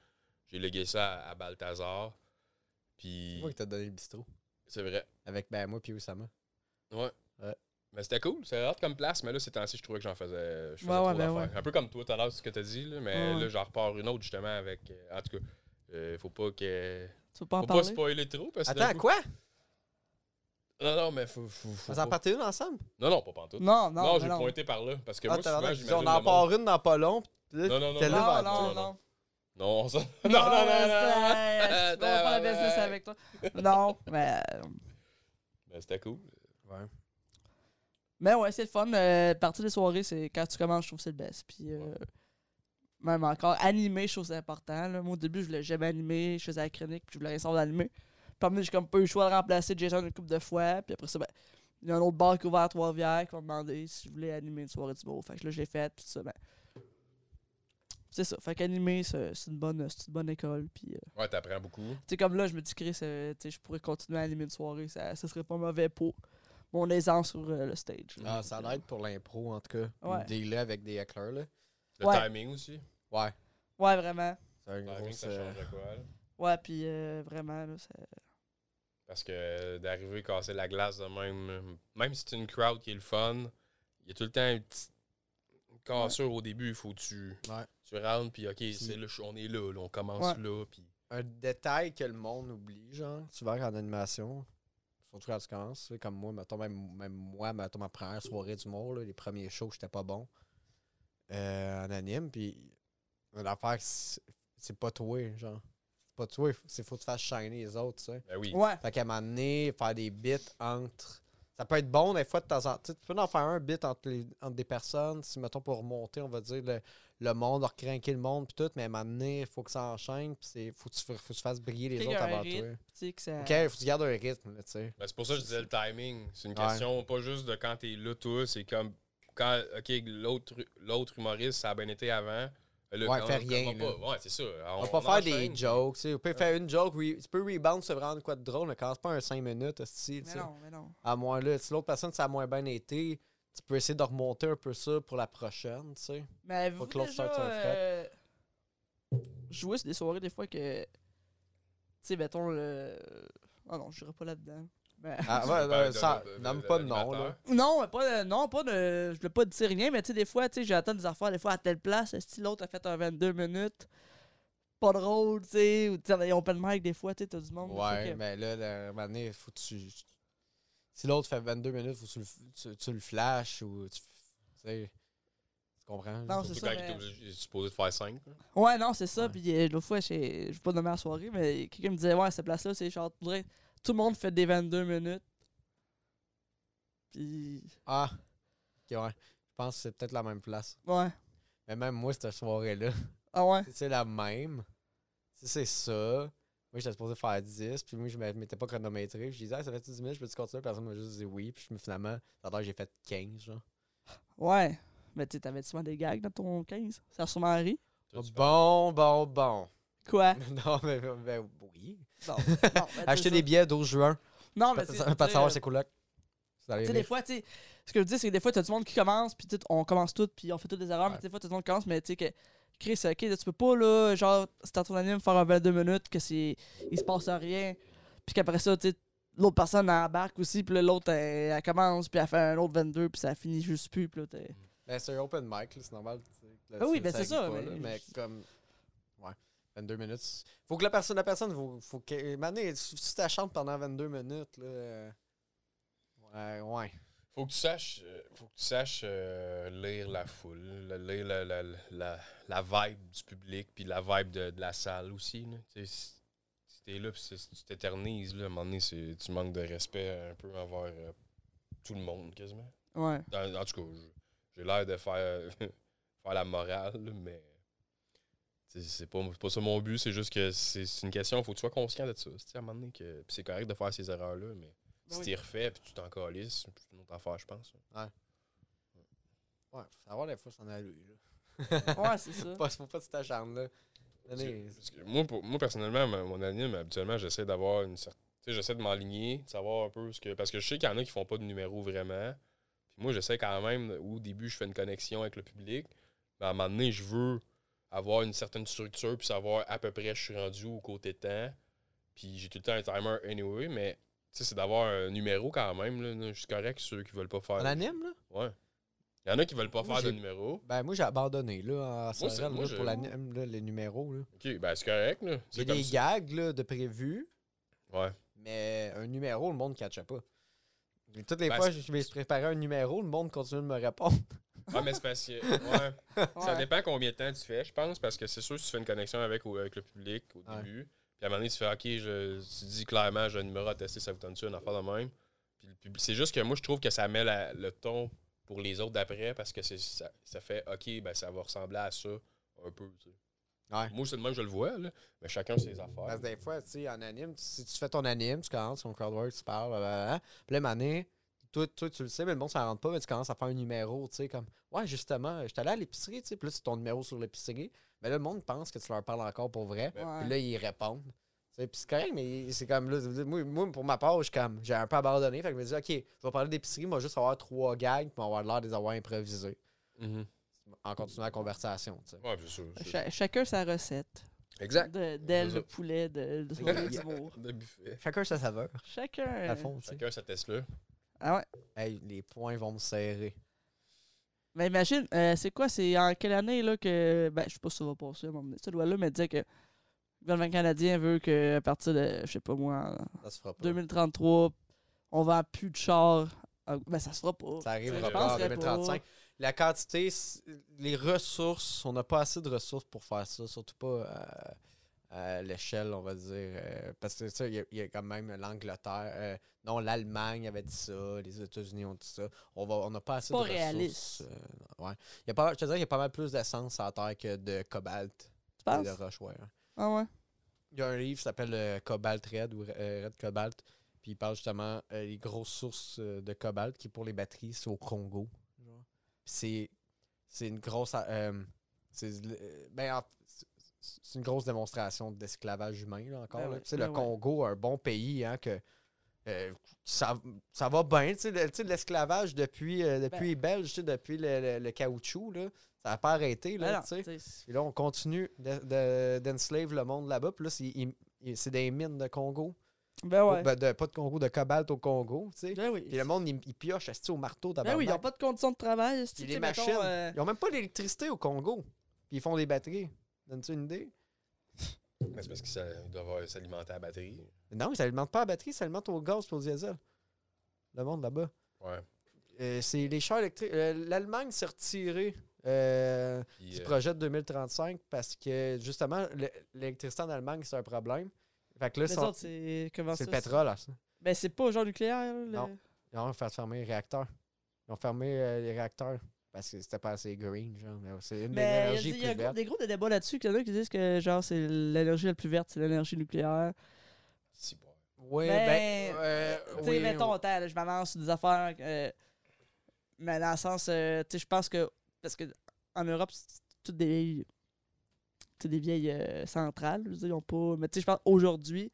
j'ai légué ça à, à Balthazar. C'est Puis moi qui t'ai donné le bistrot. c'est vrai. Avec ben moi puis Oussama. Ouais. Ouais. Mais c'était cool, c'était hot comme place, mais là, ces temps-ci, je trouvais que j'en faisais. Je faisais Ouais, ouais, trop ben d'affaires. Un peu comme toi tout à l'heure, ce que t'as dit, là, mais Ouais, ouais. là, j'en repars une autre justement avec. euh, En tout cas, euh, faut pas que. Tu veux pas en Faut pas parler? spoiler trop parce que. d'un Attends, coup- quoi Non, non, mais faut. faut, faut Vous en pas- partez une ensemble Non, non, pas pantoute. Non, Non, non, non, ben j'ai non. pointé par là. Parce que Ah, moi, t'as souvent, l'air j'imagine. on le en monde- part une dans pas long. puis là, Non, non, non, t'es non. là, Non, ben, non, non, non. non. Non, on s'en- non, [LAUGHS] Non, non, non, hein. non, non. [LAUGHS] c'est- Tu vas pas la business avec toi. Non, mais. Ben, c'était cool. Ouais. Mais ouais, c'est le fun. Euh, partir des soirées, c'est quand tu commences, je trouve que c'est le best. Puis, euh, Ouais. même encore, animer, je trouve que c'est important. là. Moi, au début, je voulais jamais animer. Je faisais la chronique, puis je voulais rien savoir d'animer. Puis, après, j'ai comme pas eu le choix de remplacer Jason une couple de fois. Puis après ça, ben, il y a un autre bar qui est ouvert à Trois-Rivières qui m'a demandé si je voulais animer une soirée du beau. Fait que là, j'ai fait, puis tout ça. Ben, c'est ça. Fait qu'animer, c'est c'est une, bonne- c'est une bonne école. Puis, euh, Ouais, t'apprends beaucoup. tu sais, comme là, je me dis, Chris, euh, tu sais, je pourrais continuer à animer une soirée. Ça, ça serait pas mauvais pour mon aisance sur euh, le stage. là. Ah, ça l'aide pour l'impro, en tout cas. Ouais. Des là avec des éclairs, là. Le Ouais. timing aussi. Ouais. Ouais, vraiment. C'est un Le gros. timing, ça euh, change de quoi, là? Ouais, puis euh, vraiment, là, ça- Parce que euh, d'arriver à casser la glace de même, euh, même si c'est une crowd qui est le fun, il y a tout le temps une petite cassure au début. Il faut que tu, Ouais. tu rentres, puis OK, c'est le show, on est là, là, on commence là. Puis un détail que le monde oublie, genre, souvent en animation, surtout quand tu commences, tu sais, comme moi, mettons, même, même moi, mettons, ma première soirée d'humour, là, les premiers shows, j'étais pas bon euh, en anime, puis l'affaire, c'est c'est pas toi, genre. C'est pas toi, c'est faut que tu fasses shiner les autres, tu sais. Ben oui, Ouais, Fait qu'à un moment donné, faire des bits entre Ça peut être bon des fois de temps en temps. Tu peux en faire un bit entre, les- entre des personnes. Si, mettons, pour remonter, on va dire le, le monde, recrinquer le monde, puis tout. Mais à un moment donné, il faut que ça enchaîne. Puis c'est- faut que tu, faut que tu fasses briller les Qu'il y autres a un avant rythme. toi. Tu sais que ça. OK, il faut que tu gardes un rythme, là, tu sais. Ben, c'est pour ça que je disais le timing. C'est une Ouais. question pas juste de quand t'es là, toi. C'est comme quand, OK, l'autre l'autre humoriste, ça a bien été avant. Là, Ouais, quand- fais quand rien, on va là. Pas, ouais, c'est ça. On va pas faire enchaîne, des jokes, tu sais. On peut faire une joke, oui, tu peux rebound, c'est vraiment de quoi de drôle, mais commence pas un 5 minutes, hostie, tu Mais sais. non, mais non. À moins là, si l'autre personne, ça a moins bien été, tu peux essayer de remonter un peu ça pour la prochaine, tu sais. Mais vous Faut que l'autre déjà, sorte un fret. euh, jouer sur des soirées des fois que. Tu sais, mettons le. Ah non, je dirais pas là-dedans. Mais- Ah, [LAUGHS] tu ouais, veux parler ouais, Ben, de- ça, de- de- nomme de pas de nom, là. l'animateur. [LAUGHS] Non, mais pas de, non, pas de. Je voulais pas dire rien, mais tu sais, des fois, tu sais, j'attends des affaires, des fois à telle place, si l'autre a fait un 22 minutes, pas drôle, tu sais, ou tu sais, on open mic, des fois, tu sais, t'as du monde. des fois Ouais, que- mais là, la il faut que tu. Si l'autre fait 22 minutes, faut que tu le, tu, tu le flashes ou tu. Tu sais. Tu comprends? là? Non, c'est Surtout ça, quand mais- il est obligé- il est supposé de faire 5. Ouais, non, c'est ça. Ouais. Puis euh, l'autre fois, j'ai- je vais pas nommer la soirée, mais quelqu'un me disait, ouais, cette place-là, c'est genre, tout le- tout le monde fait des 22 minutes. Puis. Ah! Ok, ouais. Je pense que c'est peut-être la même place. Ouais. Mais même moi, cette soirée-là. [LAUGHS] Ah ouais. c'est la même. Si c'est ça, moi j'étais supposé faire 10, puis moi je me- m'étais pas chronométré, puis je disais, ah, ça fait 10 minutes, je peux-tu continuer? Puis la personne m'a juste dit oui, puis je me- finalement, ça a l'air que j'ai fait 15, genre. Ouais. Mais tu sais, t'avais souvent des gags dans ton 15. Ça a sûrement ri. bon, bon, bon. [LAUGHS] Quoi? non, mais, ben, oui. Non. non mais Acheter Ah, c'est ça. des billets 12 juin, Non, mais pas c'est- de tu savoir sais, c'est coloc. Vous allez Tu sais, aimer. des fois, tu sais, ce que je veux dire, c'est que des fois, t'as du monde qui commence, puis tu sais, on commence tout, puis on fait toutes des erreurs, mais Ouais. des fois, t'as du monde qui commence, mais tu sais, que Chris, ok, là, tu peux pas, là, genre, c'est à ton anime faire un 22 minutes, que c'est. Il se passe rien, puis qu'après ça, tu sais, l'autre personne elle embarque aussi, puis là, l'autre, elle, elle commence, puis elle fait un autre 22, puis ça finit juste plus, puis là, t'es. Ben, c'est un open mic, là, c'est normal. tu sais, que là, Ben oui, tu- ben, c'est arrive ça, pas, mais- là, mais comme. Ouais. 22 minutes. Faut que la personne, la personne, faut, faut que. Mané, si tu t'achantes pendant 22 minutes, là. euh, Ouais, ouais. Faut que tu saches, euh, faut que tu saches euh, lire la foule, le- lire la, la, la, la vibe du public, puis la vibe de, de la salle aussi. Là. Tu sais, Si si t'es là, puis si- si tu t'éternises, là, à un moment donné, c'est- tu manques de respect un peu envers euh, tout le monde, quasiment. Ouais. En, en tout cas, je- j'ai l'air de faire, [LAUGHS] faire la morale, là, mais tu sais, c'est pas, c'est pas ça mon but, c'est juste que c'est c'est une question, faut que tu sois conscient de ça. tu sais, À un moment donné, que, puis c'est correct de faire ces erreurs-là, mais Ben si Oui. t'y refais, puis tu t'en calisses, c'est une autre affaire, je pense. Ouais, faut savoir des fois s'en aller, [LAUGHS] Ouais, c'est là. ça. Pas- faut pas que tu t'acharnes, là. Mané, Parce que moi, pour- moi, personnellement, ma- mon anime, habituellement, j'essaie d'avoir une certaine. Tu sais, j'essaie de m'aligner, de savoir un peu ce que. Parce que je sais qu'il y en a qui font pas de numéro vraiment. Puis moi, j'essaie quand même, au début, je fais une connexion avec le public. Mais à un moment donné, je veux avoir une certaine structure, puis savoir à peu près je suis rendu au côté temps. Puis j'ai tout le temps un timer anyway, mais tu sais, c'est d'avoir un numéro quand même. Là, je suis correct, ceux qui veulent pas faire. en anime, là? Ouais. Il y en a qui veulent pas Moi, faire de j'ai- numéro. Ben, moi, j'ai abandonné, là, en c'est- Sorel, moi, là, je- pour l'anime, là, les numéros, là. Ok, ben c'est correct, là. J'ai C'est comme des ça. gags, là, de prévus, Ouais. mais un numéro, le monde ne catchait pas. Et toutes les Ben, fois, c'est- je vais préparer un numéro, le monde continue de me répondre. Ouais, Ah, mais c'est parce que. Ouais. [LAUGHS] Ça Ouais. dépend combien de temps tu fais, je pense, parce que c'est sûr si tu fais une connexion avec, au- avec le public au Ouais. début, puis à un moment donné, tu fais OK, je, tu dis clairement, j'ai un numéro à tester, ça vous tente-tu, une affaire de même. Puis le public- c'est juste que moi, je trouve que ça met la- le ton pour les autres d'après, parce que c'est ça, ça fait OK, ben ça va ressembler à ça un peu. tu sais. Ouais. Moi, c'est le même que je le vois, là, mais chacun ses affaires. Parce que des fois, tu sais, en anime, tu- si tu fais ton anime, tu commences ton crowdwork, tu parles, blablabla. Puis là, mané, toi, toi, tu le sais, mais le monde s'en rend pas, mais tu commences à faire un numéro, tu sais, comme, ouais, justement, j'étais allé à l'épicerie, tu sais, puis là, c'est ton numéro sur l'épicerie. Mais là, le monde pense que tu leur parles encore pour vrai. Ben, Puis là, ils répondent. Tu sais, Puis c'est correct, mais c'est comme là, moi, moi, pour ma part, je suis comme, j'ai un peu abandonné. Fait que je me dis, OK, je vais parler d'épicerie, moi, juste avoir trois gags, puis avoir l'air de les avoir improvisés. Mhm. En continuant la conversation, tu sais. Ouais, c'est sûr. c'est sûr. Cha- chacun sa recette. Exact. De- C'est D'elle, ça. le poulet, de, de son Yeah. humour. De buffet. Chacun sa saveur, à Euh, Chacun. fond, tu sais. Chacun sa Tesla. Ah ouais. Hey, les points vont me serrer. Mais imagine, euh, c'est quoi, c'est en quelle année là que. Ben, je sais pas si ça va passer à un moment donné, cette loi-là, mais disait que le gouvernement canadien veut que à partir de, je sais pas moi, en Ça se fera pas. 2033, on vend plus de chars. Ah, Ben, ça se fera pas. Ça arrivera Je pas en penserais 2035. La quantité, c- les ressources, on n'a pas assez de ressources pour faire ça, surtout pas euh, à l'échelle, on va dire. euh, parce que ça, il y a- il y, a quand même l'Angleterre. euh, non, l'Allemagne avait dit ça, les États-Unis ont dit ça. On va- on n'a pas assez Pas de réaliste. ressources. euh, ouais. Il y a pas, mal- je te dirais qu'il y a pas mal plus d'essence à terre que de cobalt Tu et penses? de roche. ouais, hein. Ah ouais. Il y a un livre qui s'appelle euh, Cobalt Red ou euh, Red Cobalt. Puis il parle justement euh, les grosses sources euh, de cobalt qui pour les batteries, c'est au Congo. genre. Puis C'est c'est une grosse a- euh, c'est le- euh, ben, en- c'est- c'est une grosse démonstration d'esclavage humain là, encore. Ben là. ouais, Tu sais, ben le ouais. Congo, un bon pays hein, que euh, ça, ça va bien. Tu sais, le- tu sais, l'esclavage depuis, euh, depuis Ben. les Belges, tu sais, depuis le, le- le caoutchouc, là, ça n'a pas arrêté. Là, Ah non, tu sais. t'sais, c'est- Et là, on continue de- de- d'enslave le monde là-bas. Puis là, c'est- il- il- c'est des mines de Congo. Ben ouais. Ben, de- pas de Congo, de cobalt au Congo, tu sais. Ben oui. Puis le monde, il, il pioche asti, au marteau Ben tabarnak. oui, ils n'ont pas de conditions de travail. Puis les machines. euh, Ils ont même pas d'électricité au Congo. Puis ils font des batteries. Donnes-tu une idée? Mais c'est parce qu'ils doivent s'alimenter à la batterie. Non, ils s'alimentent pas à la batterie, ils s'alimentent au gaz et au diesel. Le monde là-bas. Ouais. Euh, c'est les chars électriques. Euh, L'Allemagne s'est retirée. euh, Puis, du euh, projet de 2035 parce que justement le- l'électricité en Allemagne c'est un problème. Fait que là, Les sont- autres, c'est. Comment c'est le ça, pétrole. là, ça. Ben, c'est pas genre nucléaire. là, Non. Ils ont fait fermer les réacteurs. Ils ont fermé euh, les réacteurs parce que c'était pas assez green. genre. Mais C'est une Mais des il y a- énergies il y a, plus gros- vertes. des gros débats là-dessus. Il y en a qui disent que genre c'est l'énergie la plus verte, c'est l'énergie nucléaire. si, bon. Oui, Mais, ben. euh, tu sais, oui, mettons, oui. attends, là, je m'avance sur des affaires. euh, mais dans le sens, euh, tu sais, je pense que. Parce que en Europe, c'est toutes des vieilles. toutes des vieilles euh, centrales. Je veux dire, ils ont pas. Mais tu sais, je pense aujourd'hui.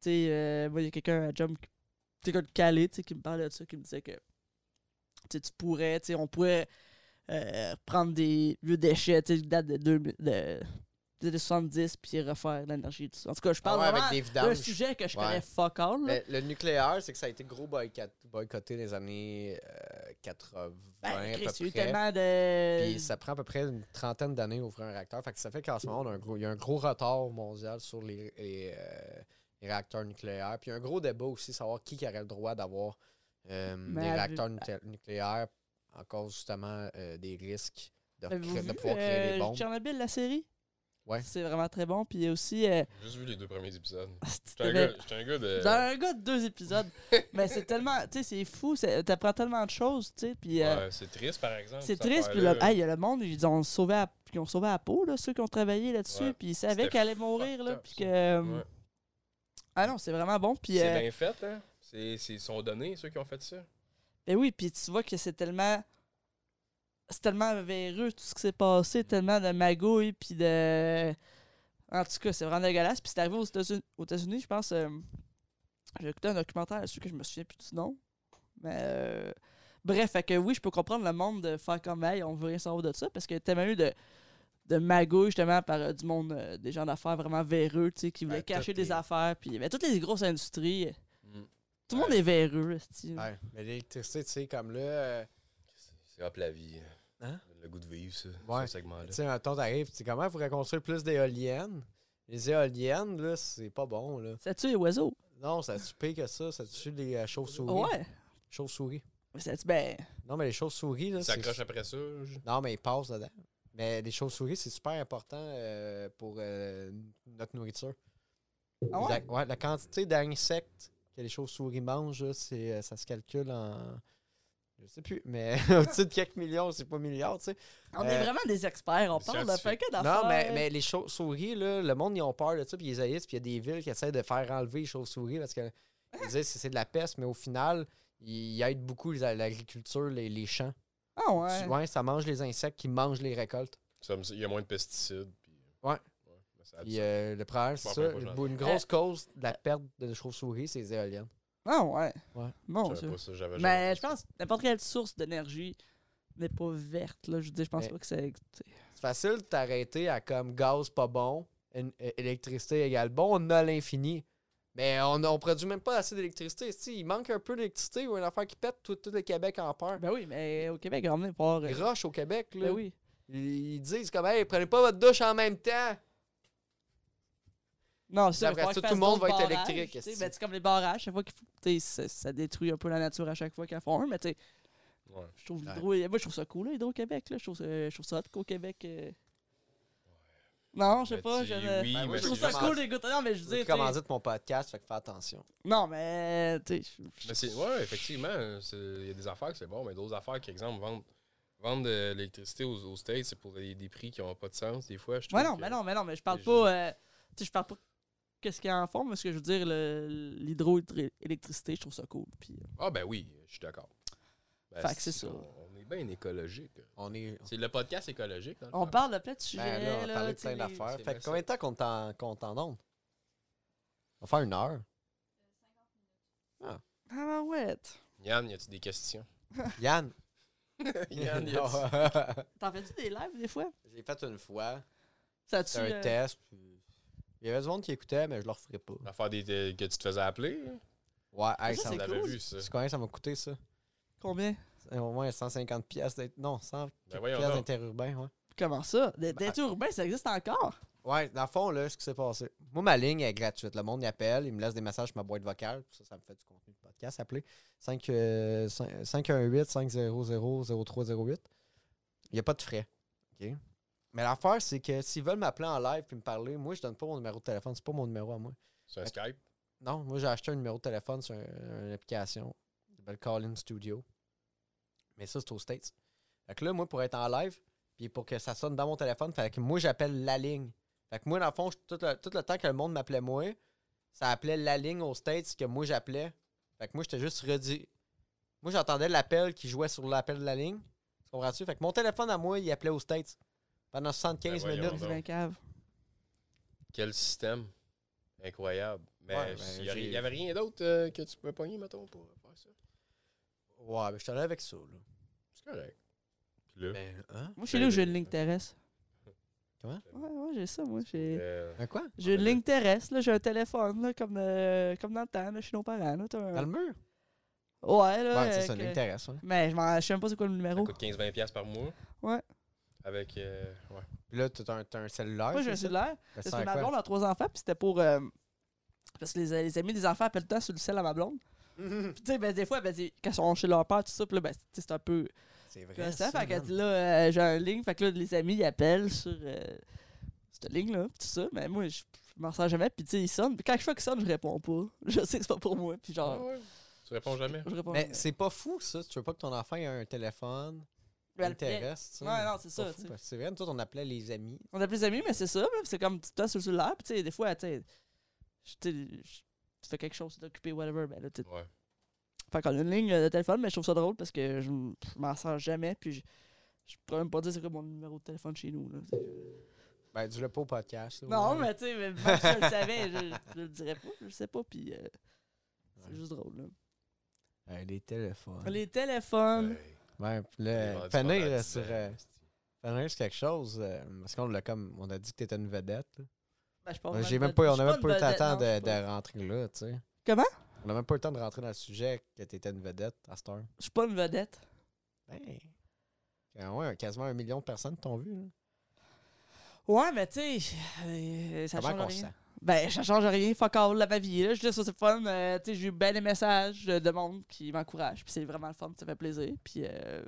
Tu sais, euh, moi, il y a quelqu'un à Jump. Tu sais, quelqu'un de Calais, tu sais, qui me parlait de ça, qui me disait que. Tu sais, tu pourrais. Tu sais, on pourrait. euh, prendre des vieux déchets, tu sais, qui datent de, 2000 de, de 70, puis refaire de l'énergie. tout ça. En tout cas, je Ah parle ouais, vraiment avec des d'un vidanges. sujet que je Ouais. Ben, connais fuck all. là. Mais le nucléaire, c'est que ça a été gros boycott, boycotté les années euh, 80 Ben, à peu Chris, il y a eu près. tellement de. Puis ça prend à peu près une trentaine d'années à ouvrir un réacteur. Fait que ça fait qu'en ce moment, on a un gros, il y a un gros retard mondial sur les, les, euh, les réacteurs nucléaires. Puis il y a un gros débat aussi, savoir qui qui aurait le droit d'avoir euh, des Mais Ben, à- réacteurs nuclé- nucléaires en cause justement euh, des risques de, Avez-vous cré- de vu, pouvoir créer euh, des bombes. Tchernobyl, la série. Ouais. C'est vraiment très bon. Puis il y a aussi. euh, [LAUGHS] J'ai juste vu les deux premiers épisodes. J'étais un, c'était- gars- euh, j'étais un gars de. Dans un gars de deux [LAUGHS] épisodes. Mais c'est tellement. Tu sais, c'est fou. c'est- T'apprends tellement de choses. Tu sais, puis. euh, Ouais, c'est triste, par exemple. C'est cette triste, puis affaire-là. le, hey, il y a le monde, ils ont sauvé à, qui ont sauvé à peau, là, ceux qui ont travaillé là-dessus, Ouais. puis ils savaient C'était qu'elle allait mourir, fucked là, up, puis ça. que... euh, Ouais. Ah non, c'est vraiment bon, puis... C'est euh, bien fait, hein? C'est, c'est, ils sont donnés, ceux qui ont fait ça. Ben oui, puis tu vois que c'est tellement. C'est tellement véreux tout ce qui s'est Mm. passé, tellement de magouilles, puis de. En tout cas, c'est vraiment dégueulasse. Puis c'est arrivé aux États-Unis, aux États-Unis, je pense. euh, J'ai écouté un documentaire là-dessus que je me souviens plus du nom. Mais. euh, Bref, fait que oui, je peux comprendre le monde de faire comme hey, on veut rien savoir de ça, parce que tellement eu de, de magouilles, justement, par euh, du monde, euh, des gens d'affaires vraiment véreux, tu sais, qui voulaient Ouais, tout cacher des est- affaires, puis ben, toutes les grosses industries. Mm. Tout le monde est véreux, esti. Ouais, mais l'électricité, tu sais, comme là, euh, C'est, c'est hop la vie. Hein? Le goût de vivre, ça. Ouais. Ce segment-là. tu sais, mettons, t'arrives, tu sais, comment il faudrait construire plus d'éoliennes? Les éoliennes, là, c'est pas bon, là. Ça tue les oiseaux. Non, ça tue pire que ça, ça tue les euh, chauves-souris. Ouais. Chauves-souris. Mais ça dit, ben, Non, mais les chauves-souris, là, Ils c'est... s'accrochent après ça. je- Non, mais ils passent dedans. Mais les chauves-souris, c'est super important euh, pour euh, notre nourriture. ah ouais? La, ouais, la quantité d'insectes que les chauves-souris mangent, là, c'est, euh, ça se calcule en... Je sais plus, mais [LAUGHS] au-dessus de quelques millions, c'est pas milliards, tu sais. on est euh, vraiment des experts, on les parle de scientifiques. paquet d'affaires. Non, mais, mais les chauves-souris, là, le monde, ils ont peur de ça, puis ils haïssent, puis il y a des villes qui essaient de faire enlever les chauves-souris parce que ils disent que c'est de la peste, mais au final, ils ils aident beaucoup les- l'agriculture, les, les champs. Ah ouais. Ouais, ça mange les insectes qui mangent les récoltes. ça me- Il y a moins de pesticides. Puis... Ouais. mais ça a Puis du- euh, le problème, c'est Bon, ça. ben, moi, une- j'en ai. une grosse cause de la perte de chauves-souris, c'est les éoliennes. Ah ouais. Ouais. Bon, j'avais ça. pas ça, j'avais jamais Mais je pensé. pense que n'importe quelle source d'énergie n'est pas verte, là. Je veux dire, je pense Mais- pas que c'est. tu sais. C'est facile de t'arrêter à comme gaz pas bon, une- é- électricité égale bon, on a l'infini. Mais on ne produit même pas assez d'électricité. Si, il manque un peu d'électricité ou une affaire qui pète, tout, tout le Québec en perd. Ben oui, mais au Québec, on est pour. Ils rushent au Québec, là. Ben oui. Ils ils disent comme, hey, prenez pas votre douche en même temps. Non, c'est Après il faut ça, qu'ils tout le fassent monde va d'autres être barrages, électrique, tu sais. esti. Ben, c'est comme les barrages, chaque fois qu'il faut. tu sais, ça, ça détruit un peu la nature à chaque fois qu'ils en font un, mais tu sais, Ouais. je trouve Ouais. l'hydro- Moi, je trouve ça cool, là, Hydro-Québec, là. Je trouve ça, je trouve ça hot qu'au Québec. euh, Non, je sais Ben, pas. tu- Je, oui, Ben, moi, mais je trouve c'est ça juste- cool les goûters. Non, mais je Je veux dis. comment dire de mon podcast, fait que fais attention. Non, mais. Tu sais, je- Mais c'est- ouais, effectivement, c'est- il y a des affaires que c'est bon, mais d'autres affaires, par exemple, vendre, vendre de l'électricité aux, aux States, c'est pour des, des prix qui n'ont pas de sens, des fois. Je trouve Ouais, non, que- mais non, mais non, mais je parle je- pas. euh, tu sais, je parle pas qu'est-ce qu'il y a en fond, mais ce que je veux dire, le- l'hydroélectricité, je trouve ça cool. Puis, euh, Ah, ben oui, je suis d'accord. Ben, Fait que c'est ça. On, on est bien écologique. On est. C'est le podcast écologique. Dans le on fond. parle de plein de sujets. Ben, là, on a là, parlé de tu sais, plein les- d'affaires. c'est Fait bien que combien de temps qu'on t'en qu'on t'en donne On va faire une heure. Ah, ben, ouais. Yann, y a-tu des questions? Yann. [LAUGHS] [LAUGHS] Yann, y Non. a-tu- T'en fais-tu des lives des fois? J'ai fait une fois. Ça euh, tu. C'était un test. puis Il y avait du monde qui écoutait, mais je le referais pas. L'affaire des, des- que tu te faisais appeler? hein? Ouais, hey, ça, ça On c'est m'a- l'avait cool. vu, ça. Tu connais, ça m'a coûté ça. Combien? C'est Au moins 150 pièces Non, 100 Ben voyons pièces donc. d'interurbain, ouais. Comment ça? Des Ben- des tours urbains, ça existe encore? Ouais, dans le fond, là, ce qui s'est passé. Moi, ma ligne est gratuite. Le monde y appelle, il me laisse des messages sur ma boîte vocale. Ça, ça me fait du contenu de podcast. Appelez 5, euh, 5- 518 500 0308. Il n'y a pas de frais. OK? Mais l'affaire, c'est que s'ils veulent m'appeler en live puis me parler, moi, je donne pas mon numéro de téléphone. C'est pas mon numéro à moi. C'est un Skype? Non, moi j'ai acheté un numéro de téléphone sur un- une application qui s'appelle Call-in Studio. Mais ça, c'est aux States. Fait que là, moi, pour être en live, puis pour que ça sonne dans mon téléphone, fait que moi, j'appelle la ligne. Fait que moi, dans le fond, je- tout le, tout le temps que le monde m'appelait moi, ça appelait la ligne aux States que moi j'appelais. Fait que moi, j'étais juste redit. Moi, j'entendais l'appel qui jouait sur l'appel de la ligne. Tu comprends-tu? Fait que mon téléphone à moi, il appelait aux States pendant 75 Ben voyons minutes. donc. Du vin cave. Quel système? Incroyable. Mais Ouais, il ben, n'y j'ai- avait rien d'autre euh, que tu pouvais pogner, mettons, pour faire ça. Ouais, mais je suis allé avec ça, là. C'est correct. Puis là, Ben, hein? Moi, chez nous, j'ai une ligne terrestre. Comment? Ouais, ouais, j'ai ça, moi. Ben, J'ai. euh, Un quoi? J'ai une Ben là- ligne terrestre, là, j'ai un téléphone, là, comme, euh, comme dans le temps, là, chez nos parents. Là, t'as un- Dans le mur? Ouais, là. Ouais, c'est euh, Bah, ça, que- ça m'intéresse. ouais. Mais je m'en- je sais même pas c'est quoi le ça numéro. coûte 15-20$ par mois. Ouais. Avec. euh, ouais. Puis là, t'as un, t'as un cellulaire. Moi, j'ai c'est un ça? cellulaire. Ça Parce sert que à ma quoi? blonde a trois enfants, puis c'était pour. euh, parce que les, les amis des enfants appellent le temps sur le sel à ma blonde. Puis, tu sais, ben, des fois, ben, c'est- quand ils sont chez leur père, tout ça, puis là, ben, tu sais, c'est un peu. [LAUGHS] C'est Puis là, vrai. ça, ça, fait qu'elle man. dit là, euh, j'ai un ligne, fait que là, les amis, ils appellent sur euh, cette ligne-là, pis tout ça, mais moi, je je m'en sers jamais, pis tu sais, ils sonnent, pis quand je vois qu'ils sonnent, je réponds pas. [LAUGHS] Je sais que c'est pas pour moi, pis Ah genre, ouais. Tu réponds jamais. hein? je réponds Mais jamais. c'est pas fou, ça. Tu veux pas que ton enfant ait un téléphone Mais elle- intéresse, tu sais. Ouais, non, pas c'est ça, fou, tu sais. parce que C'est vrai, toi, on appelait les amis. On appelle les amis, mais c'est ça, là, c'est comme tu t'as sur le cellulaire, pis tu sais, des fois, tu sais, je- tu sais, je- tu fais quelque chose, tu t'occupes, whatever, ben là, tu Ouais. Fait qu'on a une ligne euh, de téléphone, mais je trouve ça drôle parce que je m- je m'en sers jamais, puis je, je pourrais même pas dire c'est quoi mon numéro de téléphone chez nous, là. C'est- Ben, dis-le pas au podcast. ça, Non, ouais. mais tu sais, mais même si je le savais, je, je le dirais pas, je le sais pas, puis euh, c'est Ouais. juste drôle. Là. Euh, les téléphones. Les téléphones, Hey, Ouais, puis on est là, rendu Fanny, pendant là, 10 sur, ans, euh, esti. Fanny, c'est quelque chose. euh, parce qu'on l'a comme. On a dit que t'étais une vedette. là. ben, je pense Ouais, J'ai même pas, on a même pas eu le temps de, Je suis de rentrer là, tu sais. Comment? On a même pas eu le temps de rentrer dans le sujet que t'étais une vedette à cette heure. je suis pas une vedette. Ben. Ah ouais, quasiment un million de personnes t'ont vu. là. Ouais, mais tu sais, euh, ça Comment qu'on change se rien. sent? Ben, ça change rien, fuck all, la ma vie. Là. Je dis ça, c'est fun. euh, tu sais, j'ai eu bien des messages de, de monde qui m'encourage, puis c'est vraiment le fun, ça fait plaisir. Puis, euh,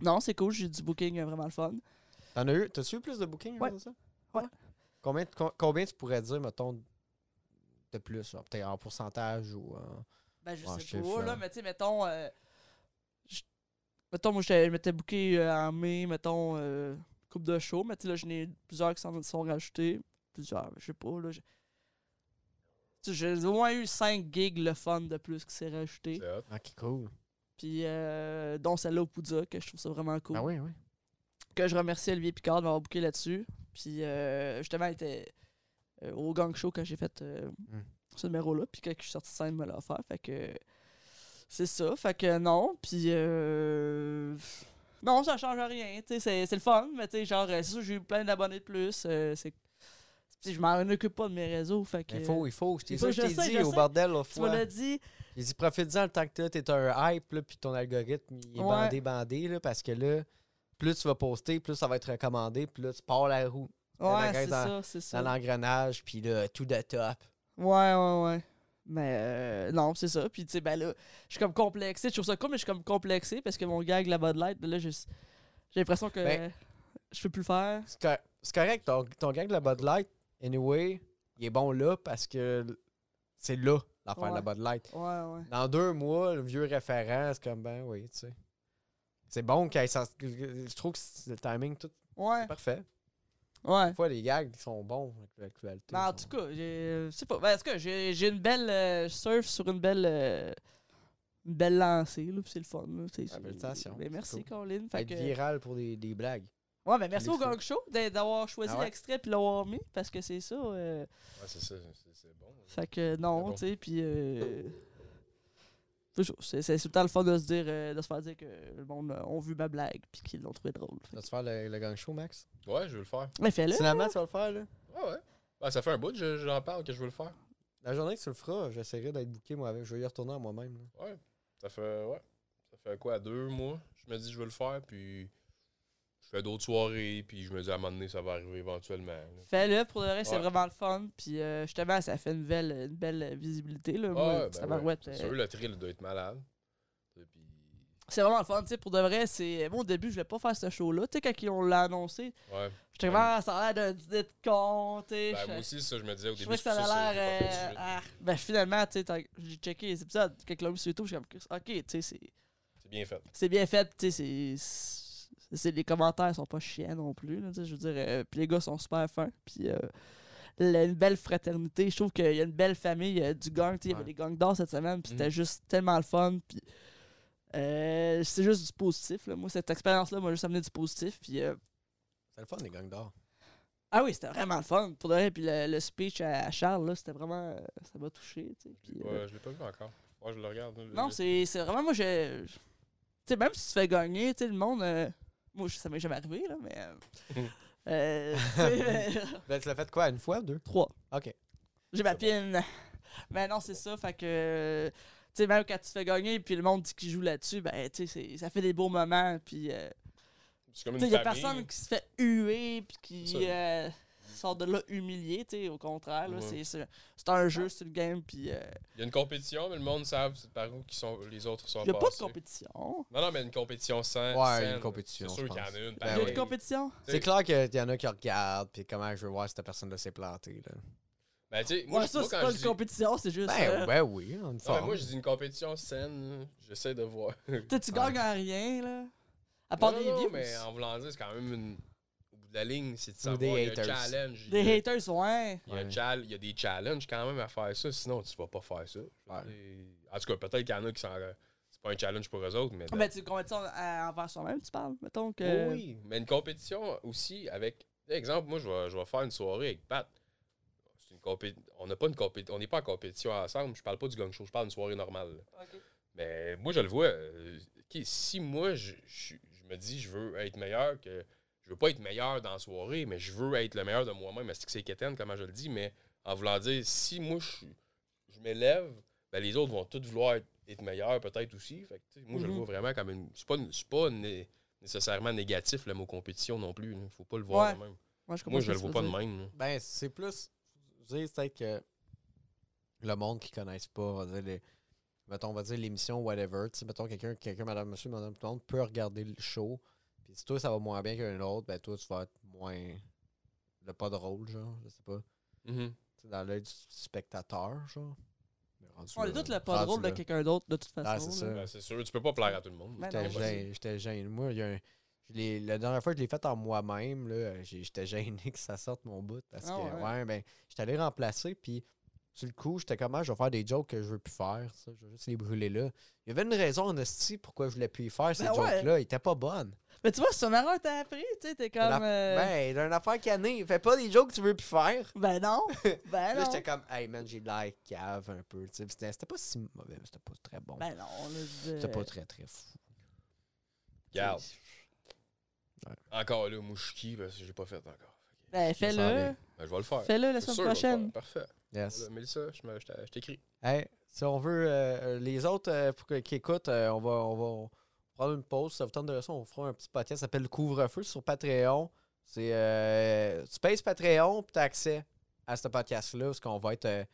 non, c'est cool, j'ai eu du booking euh, vraiment le fun. T'en as eu? T'as-tu eu plus de bookings Ouais. comme ça? Ouais. Combien, de- com- combien tu pourrais dire, mettons, de plus? genre, Peut-être en pourcentage ou euh, en. Ben, je Ouais, sais Ah, je sais pas, pas. là, mais tu sais, mettons. euh, je- mettons, moi, j'étais- je m'étais booké euh, en mai, mettons, euh, coupe de show, mais tu sais, là, j'en ai plusieurs qui s'en sont rajoutés. Plusieurs, je sais pas, là. j'ai- Tu sais, j'ai au moins eu 5 gigs le fun de plus qui s'est rajouté. C'est hot. Ah, qui cool. Puis, euh, dont celle-là au Poudja, que je trouve ça vraiment cool. Ah oui, oui. Que je remercie Olivier Picard de m'avoir booké là-dessus. Puis, euh, justement, elle était euh, au gang show quand j'ai fait euh, Mm. ce numéro-là. Puis, quand je suis sorti de scène, il me l'a offert. Fait que c'est ça. Fait que non. Puis, euh, non, ça change rien. Tu sais, C'est c'est le fun. Mais, tu sais, genre, euh, c'est sûr, j'ai eu plein d'abonnés de plus. euh, c'est puis je m'en occupe pas de mes réseaux. Fait que. Il faut, il faut. Je t'ai il faut, ça, je je t'ai sais, dit je au sais. bordel l'autre Tu me fois. l'as dit. Il dit profite-en le temps que t'as- t'es un hype, là, puis ton algorithme, il est Ouais. bandé, bandé, là, parce que là, plus tu vas poster, plus ça va être recommandé, puis là, tu pars la roue Ouais, la c'est graisse dans- ça. C'est ça. dans l'engrenage, puis là, tout de top. Ouais, ouais, ouais. Mais euh, non, c'est ça. Puis, tu sais, ben là, je suis comme complexé. Je trouve ça cool, mais je suis comme complexé parce que mon gag, la Bud Light, là, je- j'ai l'impression que Ben, je peux plus le faire. C'est cor- c'est correct, ton, ton gang de la Bud Light, anyway, il est bon là parce que c'est là l'affaire de la Ouais. Bud Light. Ouais, ouais. Dans deux mois, le vieux référent, c'est comme ben oui, tu sais. C'est bon qu'elle s'en- Je trouve que c'est- le timing, tout Ouais, est parfait. ouais. Des fois, les gags ils sont bons avec l'actualité. Mais en ils tout sont- cas, j'ai- je sais pas. Ben, en tout cas, j'ai j'ai une belle euh, je surf sur une belle euh, une belle lancée, là, puis c'est le fun. Là, tu sais, c'est- Félicitations, Ben, c'est merci, cool. Colin. Fait Être que- viral pour des, des blagues. ouais, ben, merci les au fous. Gang Show d'a- d'avoir choisi Ah ouais? l'extrait puis l'avoir mis, parce que c'est ça. euh, Ouais, c'est ça, c'est- c'est bon. Fait que non, bon. tu sais, puis... euh, toujours, c'est c'est tout le temps le fun de se dire, euh, de se faire dire que le monde a ont vu ma blague puis qu'ils l'ont trouvé drôle. Fait Tu vas faire le, le gang show, Max? Ouais, je veux le faire. que- Mais fais-le! Finalement, tu vas le faire, là. Ouais, ouais. Ben, ça fait un bout, je- j'en parle que je veux le faire. La journée que tu le feras, j'essaierai d'être booké, moi, avec. Je vais y retourner à moi-même. là. Ouais. Ça fait, ouais. Ça fait quoi, deux mois? Je me dis, je veux le faire, puis je fais d'autres soirées, puis je me dis, à un moment donné, ça va arriver éventuellement. là. Fais-le, pour le reste, c'est Ouais. vraiment le fun. Puis euh, justement, ça fait une belle, une belle visibilité. Là. Moi, Ouais, ben ça ouais, m'arouette, C'est euh, sûr, le thrill doit être malade. Et puis, c'est vraiment le fun. tu sais, Pour de vrai, c'est. Moi, au début, je voulais pas faire ce show-là. Tu sais, quand ils- on l'a annoncé, [LAUGHS] ouais. j'étais Ouais. vraiment. Ça a l'air d'un dîner de con. tu sais, Ben, je- moi aussi, ça, je me disais au Je début, trouvais c'est que pour ça ça avait que j'ai pas fait tout de l'air. euh, suite. ah. Ben, finalement, tu sais, tant que j'ai checké les épisodes. Quand ils l'ont mis sur YouTube, j'ai comme. Ok, tu sais, c'est- C'est bien fait. c'est bien fait. Tu sais, c'est- c'est- c'est. Les commentaires sont pas chiens non plus. là, tu sais, je veux dire, euh, puis les gars sont super fins. Puis. euh, la- une belle fraternité. Je trouve qu'il y a une belle famille euh, du gang. tu sais, Il y Ouais. avait des gangs d'or cette semaine, puis c'était Mhm. juste tellement le fun. Puis euh, c'est juste du positif. là. Moi, cette expérience-là m'a juste amené du positif. Puis euh, C'est le fun, les gangs d'or. ah oui, c'était vraiment le fun. Pour de vrai, puis le, le speech à, à Charles, là, c'était vraiment. euh, ça m'a touché. tu sais, Je l'ai puis, pas- euh, je l'ai pas vu encore. Ouais, je le regarde. là, non, je- c'est c'est vraiment. Moi, je. je- Tu sais, même si tu te fais gagner, tu sais, le monde. euh, moi, je- ça m'est jamais arrivé, là, mais. euh, euh, tu [LAUGHS] sais, euh, Ben, tu l'as fait quoi, une fois, deux? trois. OK. J'ai ma pine. Mais non, c'est ça. Fait que, tu sais, même quand tu te fais gagner, puis le monde dit qu'il joue là-dessus, ben, tu sais, c'est- ça fait des beaux moments. Puis, euh, C'est comme tu une famille. sais, il y a personne qui se fait huer, puis Ça. qui euh, sort de là humilié, tu sais, au contraire. là, Ouais. c'est- C'est c'est un jeu, c'est une game, puis euh, Il y a une compétition, mais le monde savent c'est par où qui sont, les autres sont il n'y a pas de passés. compétition. Non, non, mais une compétition sans. Ouais, sans- une compétition, Euh, C'est sûr je qu'il y en a pense. une. Ben Il pareil. y a une compétition. Tu sais, C'est clair qu'il y en a qui regardent, puis comment je veux voir si cette personne-là s'est plantée, là. Ben, tu sais, moi, Moi, je- ça, moi, c'est quand pas je une dis- compétition, c'est juste. Ben, euh, ben oui, en Non, mais forme. moi, je dis une compétition saine. là. J'essaie de voir. tu sais, tu Ouais. gagnes en rien, là. À Non, part non, des non, views. mais en voulant dire, c'est quand même une. Au bout de la ligne, c'est de Ou savoir. des il y a un haters. challenge. il y a- [LAUGHS] Des haters, ouais. Il y, a un Ouais. chal- il y a des challenges quand même à faire ça, sinon tu vas pas faire ça. Je veux Ouais. dire, En tout cas, peut-être qu'il y en a qui sont. C'est pas un challenge pour eux autres, mais. Ben, tu compétition euh, envers soi-même, tu parles, mettons que. Oh Oui, mais une compétition aussi avec. Par Exemple, moi, je vais, je vais faire une soirée avec Pat. C'est une compé- On n'a pas une compétition. On n'est pas en compétition ensemble. Je parle pas du gang show, je parle d'une soirée normale. là. Ok. Mais Ben, moi, je le vois. euh, ok, si moi, je, je- je me dis, je veux être meilleur, que je veux pas être meilleur dans la soirée, mais je veux être le meilleur de moi-même. C'est que c'est quétaine, comment je le dis, mais en voulant dire, si moi, je, je m'élève, ben, les autres vont tous vouloir être, être meilleurs, peut-être aussi. Fait que, tu sais, moi, je le Mhm. vois vraiment comme une. C'est pas, une- c'est pas né- nécessairement négatif, le mot compétition non plus. Il faut pas le Ouais. voir de même. Moi, je, comprends Moi, ce je que le tu vois veux pas dire. de même. là. Ben, c'est plus. Je dirais peut-être que le monde qui connaissent pas, on va dire, les- mettons, on va dire l'émission, whatever. Tu sais, mettons, quelqu'un, quelqu'un, madame, monsieur, madame, tout le monde peut regarder le show. Puis si toi, ça va moins bien qu'un autre, ben toi, tu vas être moins. Le pas drôle, genre, je sais pas. Tu sais, dans l'œil du spectateur, genre. Mais rendu On est là- tous le pas rendu drôle de là. quelqu'un d'autre, de toute façon. Ah, c'est là. ça. Ben, c'est sûr, tu peux pas plaire à tout le monde. Ben C'est J'étais non, impossible. gêné. J'étais gêné. Moi, il y a un- je l'ai- la dernière fois que je l'ai fait en moi-même, là, j'ai- j'étais gêné [LAUGHS] que ça sorte mon bout. Parce Ah que, ouais. ouais, ben, j'étais allé remplacer, puis sur le coup, j'étais comme, Ah, je vais faire des jokes que je veux plus faire. ça, je vais juste les brûler là. Il y avait une raison en esti pourquoi je voulais plus y faire, ces Ben ouais. jokes-là. Ils étaient pas bonnes. Mais tu vois, c'est une erreur que t'as appris, tu sais, t'es comme. La- euh, Ben, Ben, d'une affaire canée, fais pas des jokes que tu veux plus faire. [LAUGHS] non! Ben là, non! j'étais comme, hey man, j'ai de l'air cave un peu. tu sais. Puis C'était c'était pas si mauvais, mais c'était pas très bon. Ben non, là, je c'était pas dis- très, très fou. Regarde. Encore là, Mouchki, parce que j'ai pas fait encore. Fait que- Ben s'en fais-le! vient. Ben, je vais le faire. Fais-le la C'est sûr, semaine je vais le prochaine! faire. Parfait. ben Yes. Voilà, Mélissa, je me- je t'a- je t'écris. Hey, si on veut, euh, euh, les autres euh, pour que- qui écoutent, euh, on, va, on va on prendre une pause. Ça vous tente de leçon, on fera un petit podcast. Ça s'appelle Le Couvre-feu sur Patreon. C'est euh, Tu payes sur Patreon, puis tu as accès à ce podcast-là, parce qu'on va être. euh,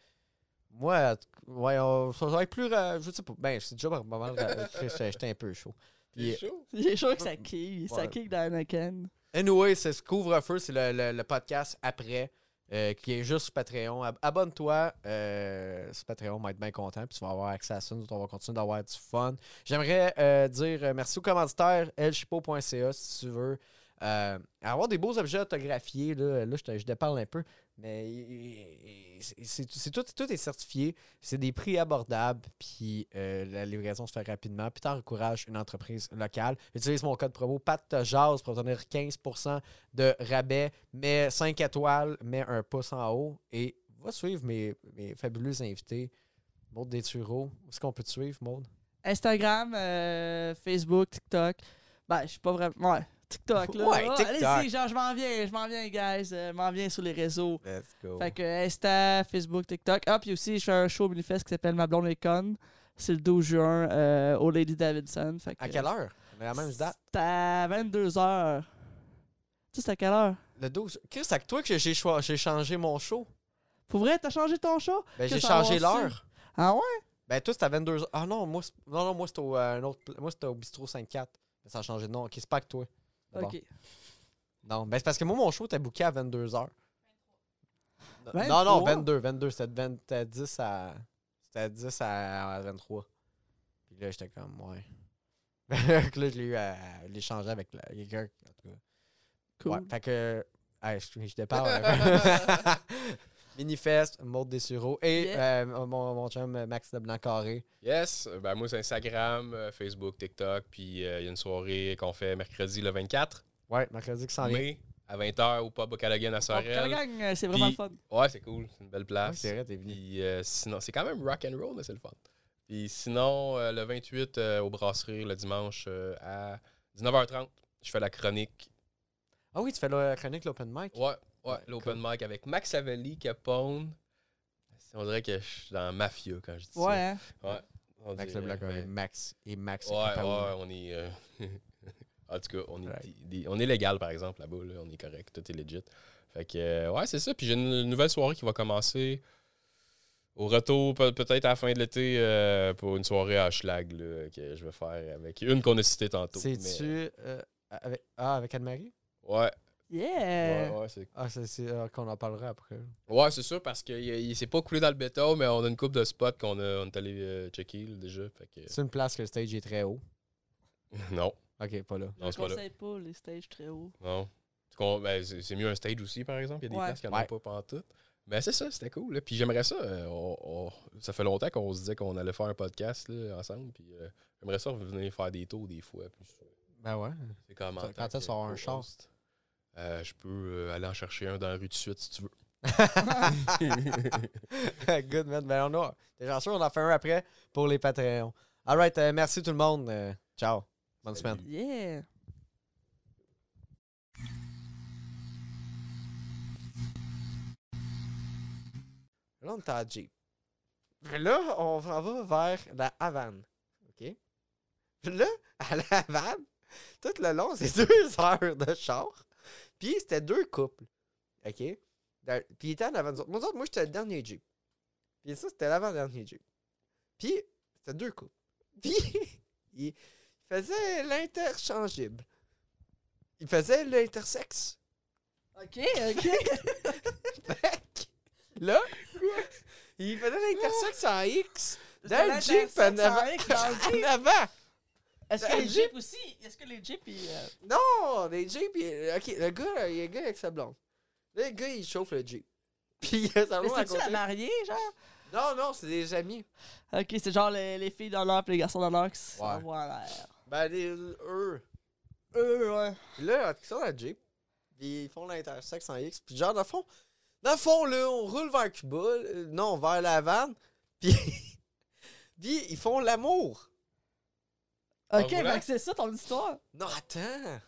moi, en tout cas, ouais, on, ça va être plus. ra- je sais pas. Ben, c'est déjà pas mal. ra- J'étais j'étais un peu chaud. Puis, chaud? [LAUGHS] J'ai chaud que ça kick, ça Ouais. kick dans Anakin. Anyway, c'est ce couvre-feu, c'est le, le- le podcast après, euh, qui est juste sur Patreon. Ab- Abonne-toi euh, sur Patreon, on va être bien content, puis tu vas avoir accès à ça. Nous, autres, on va continuer d'avoir du fun. J'aimerais euh, dire euh, merci aux commanditaires, lchipo.ca si tu veux. Euh, avoir des beaux objets autographiés, là, là, je, te- je déparle un peu, mais il- il- c'est c'est tout, tout est certifié, c'est des prix abordables, puis euh, la livraison se fait rapidement, puis t'encourages une entreprise locale. Utilise mon code promo PATJAS pour obtenir 15% de rabais, mets 5 étoiles, mets un pouce en haut, et va suivre mes, mes fabuleux invités. Maud Détureau, où est-ce qu'on peut te suivre, Maud? Instagram, euh, Facebook, TikTok. Ben, je suis pas vraiment. Ouais, TikTok, là. Ouais, Ah, TikTok. Allez-y, genre, je m'en viens, je m'en viens, guys. euh, je m'en viens sur les réseaux. Let's go. Fait que Insta, Facebook, TikTok. Ah, puis aussi, je fais un show au Minifest qui s'appelle Ma blonde est conne. C'est le 12 juin euh, au Lady Davidson. Fait que, À quelle heure? On a la même date. C'est à 22h. Tu sais, c'est à quelle heure? Le 12. Chris, c'est avec toi que j'ai choi- j'ai changé mon show. Pour vrai, t'as changé ton show? Ben, Que j'ai ça changé va aussi. l'heure. Ah ouais? Ben, toi, c'était à 22h. Ah non, moi, c'est- non, non, moi, c'était au, euh, un autre pla- moi, c'était au Bistrot 54. Ben, ça a changé de nom. Ok, c'est pas que toi. Bon. Ok. Non, ben, c'est parce que moi, mon show était booké à 22h. Non, 23? non, 22, 22. C'était de 20 c'était à 10 à, c'était à 10 à, à 23. Puis là, j'étais comme, ouais. [LAUGHS] Fait que là, je l'ai eu à, à l'échanger avec la- quelqu'un. En tout cas. Cool. Ouais, fait que. Hey, je, je dépare. un peu. Minifest, Maud Dessureau et Yeah. euh, mon, mon chum euh, Max Leblanc-Carré. Yes, ben moi c'est Instagram, euh, Facebook, TikTok, puis euh, il y a une soirée qu'on fait mercredi le 24 Ouais, mercredi qui s'en vient. mai à 20h au pub Okanagan à Bon, quelle Sorel. gang, euh, c'est vraiment Puis- le fun. Ouais, c'est cool, c'est une belle Ouais, place. Ah, c'est vrai, t'es venu. Puis euh, sinon, c'est quand même rock and roll, mais c'est le fun. Puis sinon, euh, le 28 euh, au brasserie le dimanche euh, à 19h30, je fais la chronique. Ah oui, tu fais la chronique, l'open mic. Ouais, ouais, Ouais, l'open mic avec Max Avelli, Capone. On dirait que je suis dans Mafia quand je dis Ouais, hein? ça. Ouais. on Max dirait, Leblanc-Carré, ben, Max et Max. Ouais, ouais, Capone. on est. euh, [LAUGHS] en tout cas, on est, hein. Right. des- des- on est légal, par exemple, là-bas. là, on est correct, tout est legit. Fait que, euh, ouais, c'est ça. Puis j'ai une nouvelle soirée qui va commencer au retour, pe- peut-être à la fin de l'été, euh, pour une soirée à Schlag là, que je vais faire avec une qu'on a citée tantôt. C'est-tu. mais- euh, avec, ah, avec Anne-Marie Ouais, Yeah! ouais, ouais, c'est Ah, c'est c'est, euh, qu'on en parlera après. ouais, c'est sûr, parce qu'il il s'est pas coulé dans le béton, mais on a une coupe de spots qu'on a- on est allé euh, checker là, déjà. Fait que, C'est une place que le stage est très haut. [LAUGHS] non, Ok, pas là. non, Je c'est pas là. conseille pas les stages très hauts. Non. Tu con- ben, c'est c'est mieux un stage aussi, par exemple. Il y a des Ouais. places qui n'en ont Ouais. pas pantoute. Mais c'est ça, c'était cool. là. Puis j'aimerais ça. euh, on- on- ça fait longtemps qu'on se disait qu'on allait faire un podcast là, ensemble. Puis euh, j'aimerais ça venir faire des tours des fois. Puis Ben ouais. c'est comment. Quand est-ce que tu vas avoir un char? je peux euh, aller en chercher un dans la rue de suite si tu veux. [LAUGHS] [LAUGHS] [LAUGHS] Good man. Ben on a. T'es chanceux, on en fait un après pour les Patreons. Alright, euh, merci tout le monde. euh, ciao. Bonne semaine. Salut. Yeah! Là, on est à Jeep. Puis là, on s'en va vers la Havane. OK? Puis là, [LAUGHS] à la Havane, tout le long, c'est [LAUGHS] deux heures de char. Puis c'était deux couples. OK? Dans- Puis ils étaient en avant de nous autres. Moi, nous autres, moi, j'étais le dernier Jeep. Puis ça, c'était l'avant-dernier Jeep. Puis c'était deux couples. [LAUGHS] Puis ils faisaient l'interchangeable. Ils faisaient l'intersexe. [LAUGHS] Ok, ok! Fait que, là, il faisait l'intersexe en X [LAUGHS] dans le Jeep C'était en l'intersexe avant. en X dans [LAUGHS] le En avant. Est-ce Un que les Jeep. Jeeps aussi? Est-ce que les Jeeps, ils. euh, Non, les Jeeps, il- ok, le gars, là, il y a un gars avec sa blonde. Là, le gars, il chauffe le Jeep. [LAUGHS] Puis il a sa Mais blonde Ah, à c'est-tu la côté. mariée, genre? Non, non, c'est des amis. Ok, c'est genre les, les filles dans l'heure pis les garçons dans l'heure qui s'envoient en l'air. Ben, les, eux. Eux, ouais. Puis là, ils sont dans le Jeep. Puis ils font l'intersexe en X. Puis genre, dans le fond, dans le fond, là, on roule vers Cuba. euh, Non, vers la vanne. Puis, [LAUGHS] puis ils font l'amour. En Ok, roulant? Ah, fait que c'est ça ton histoire. Non, attends.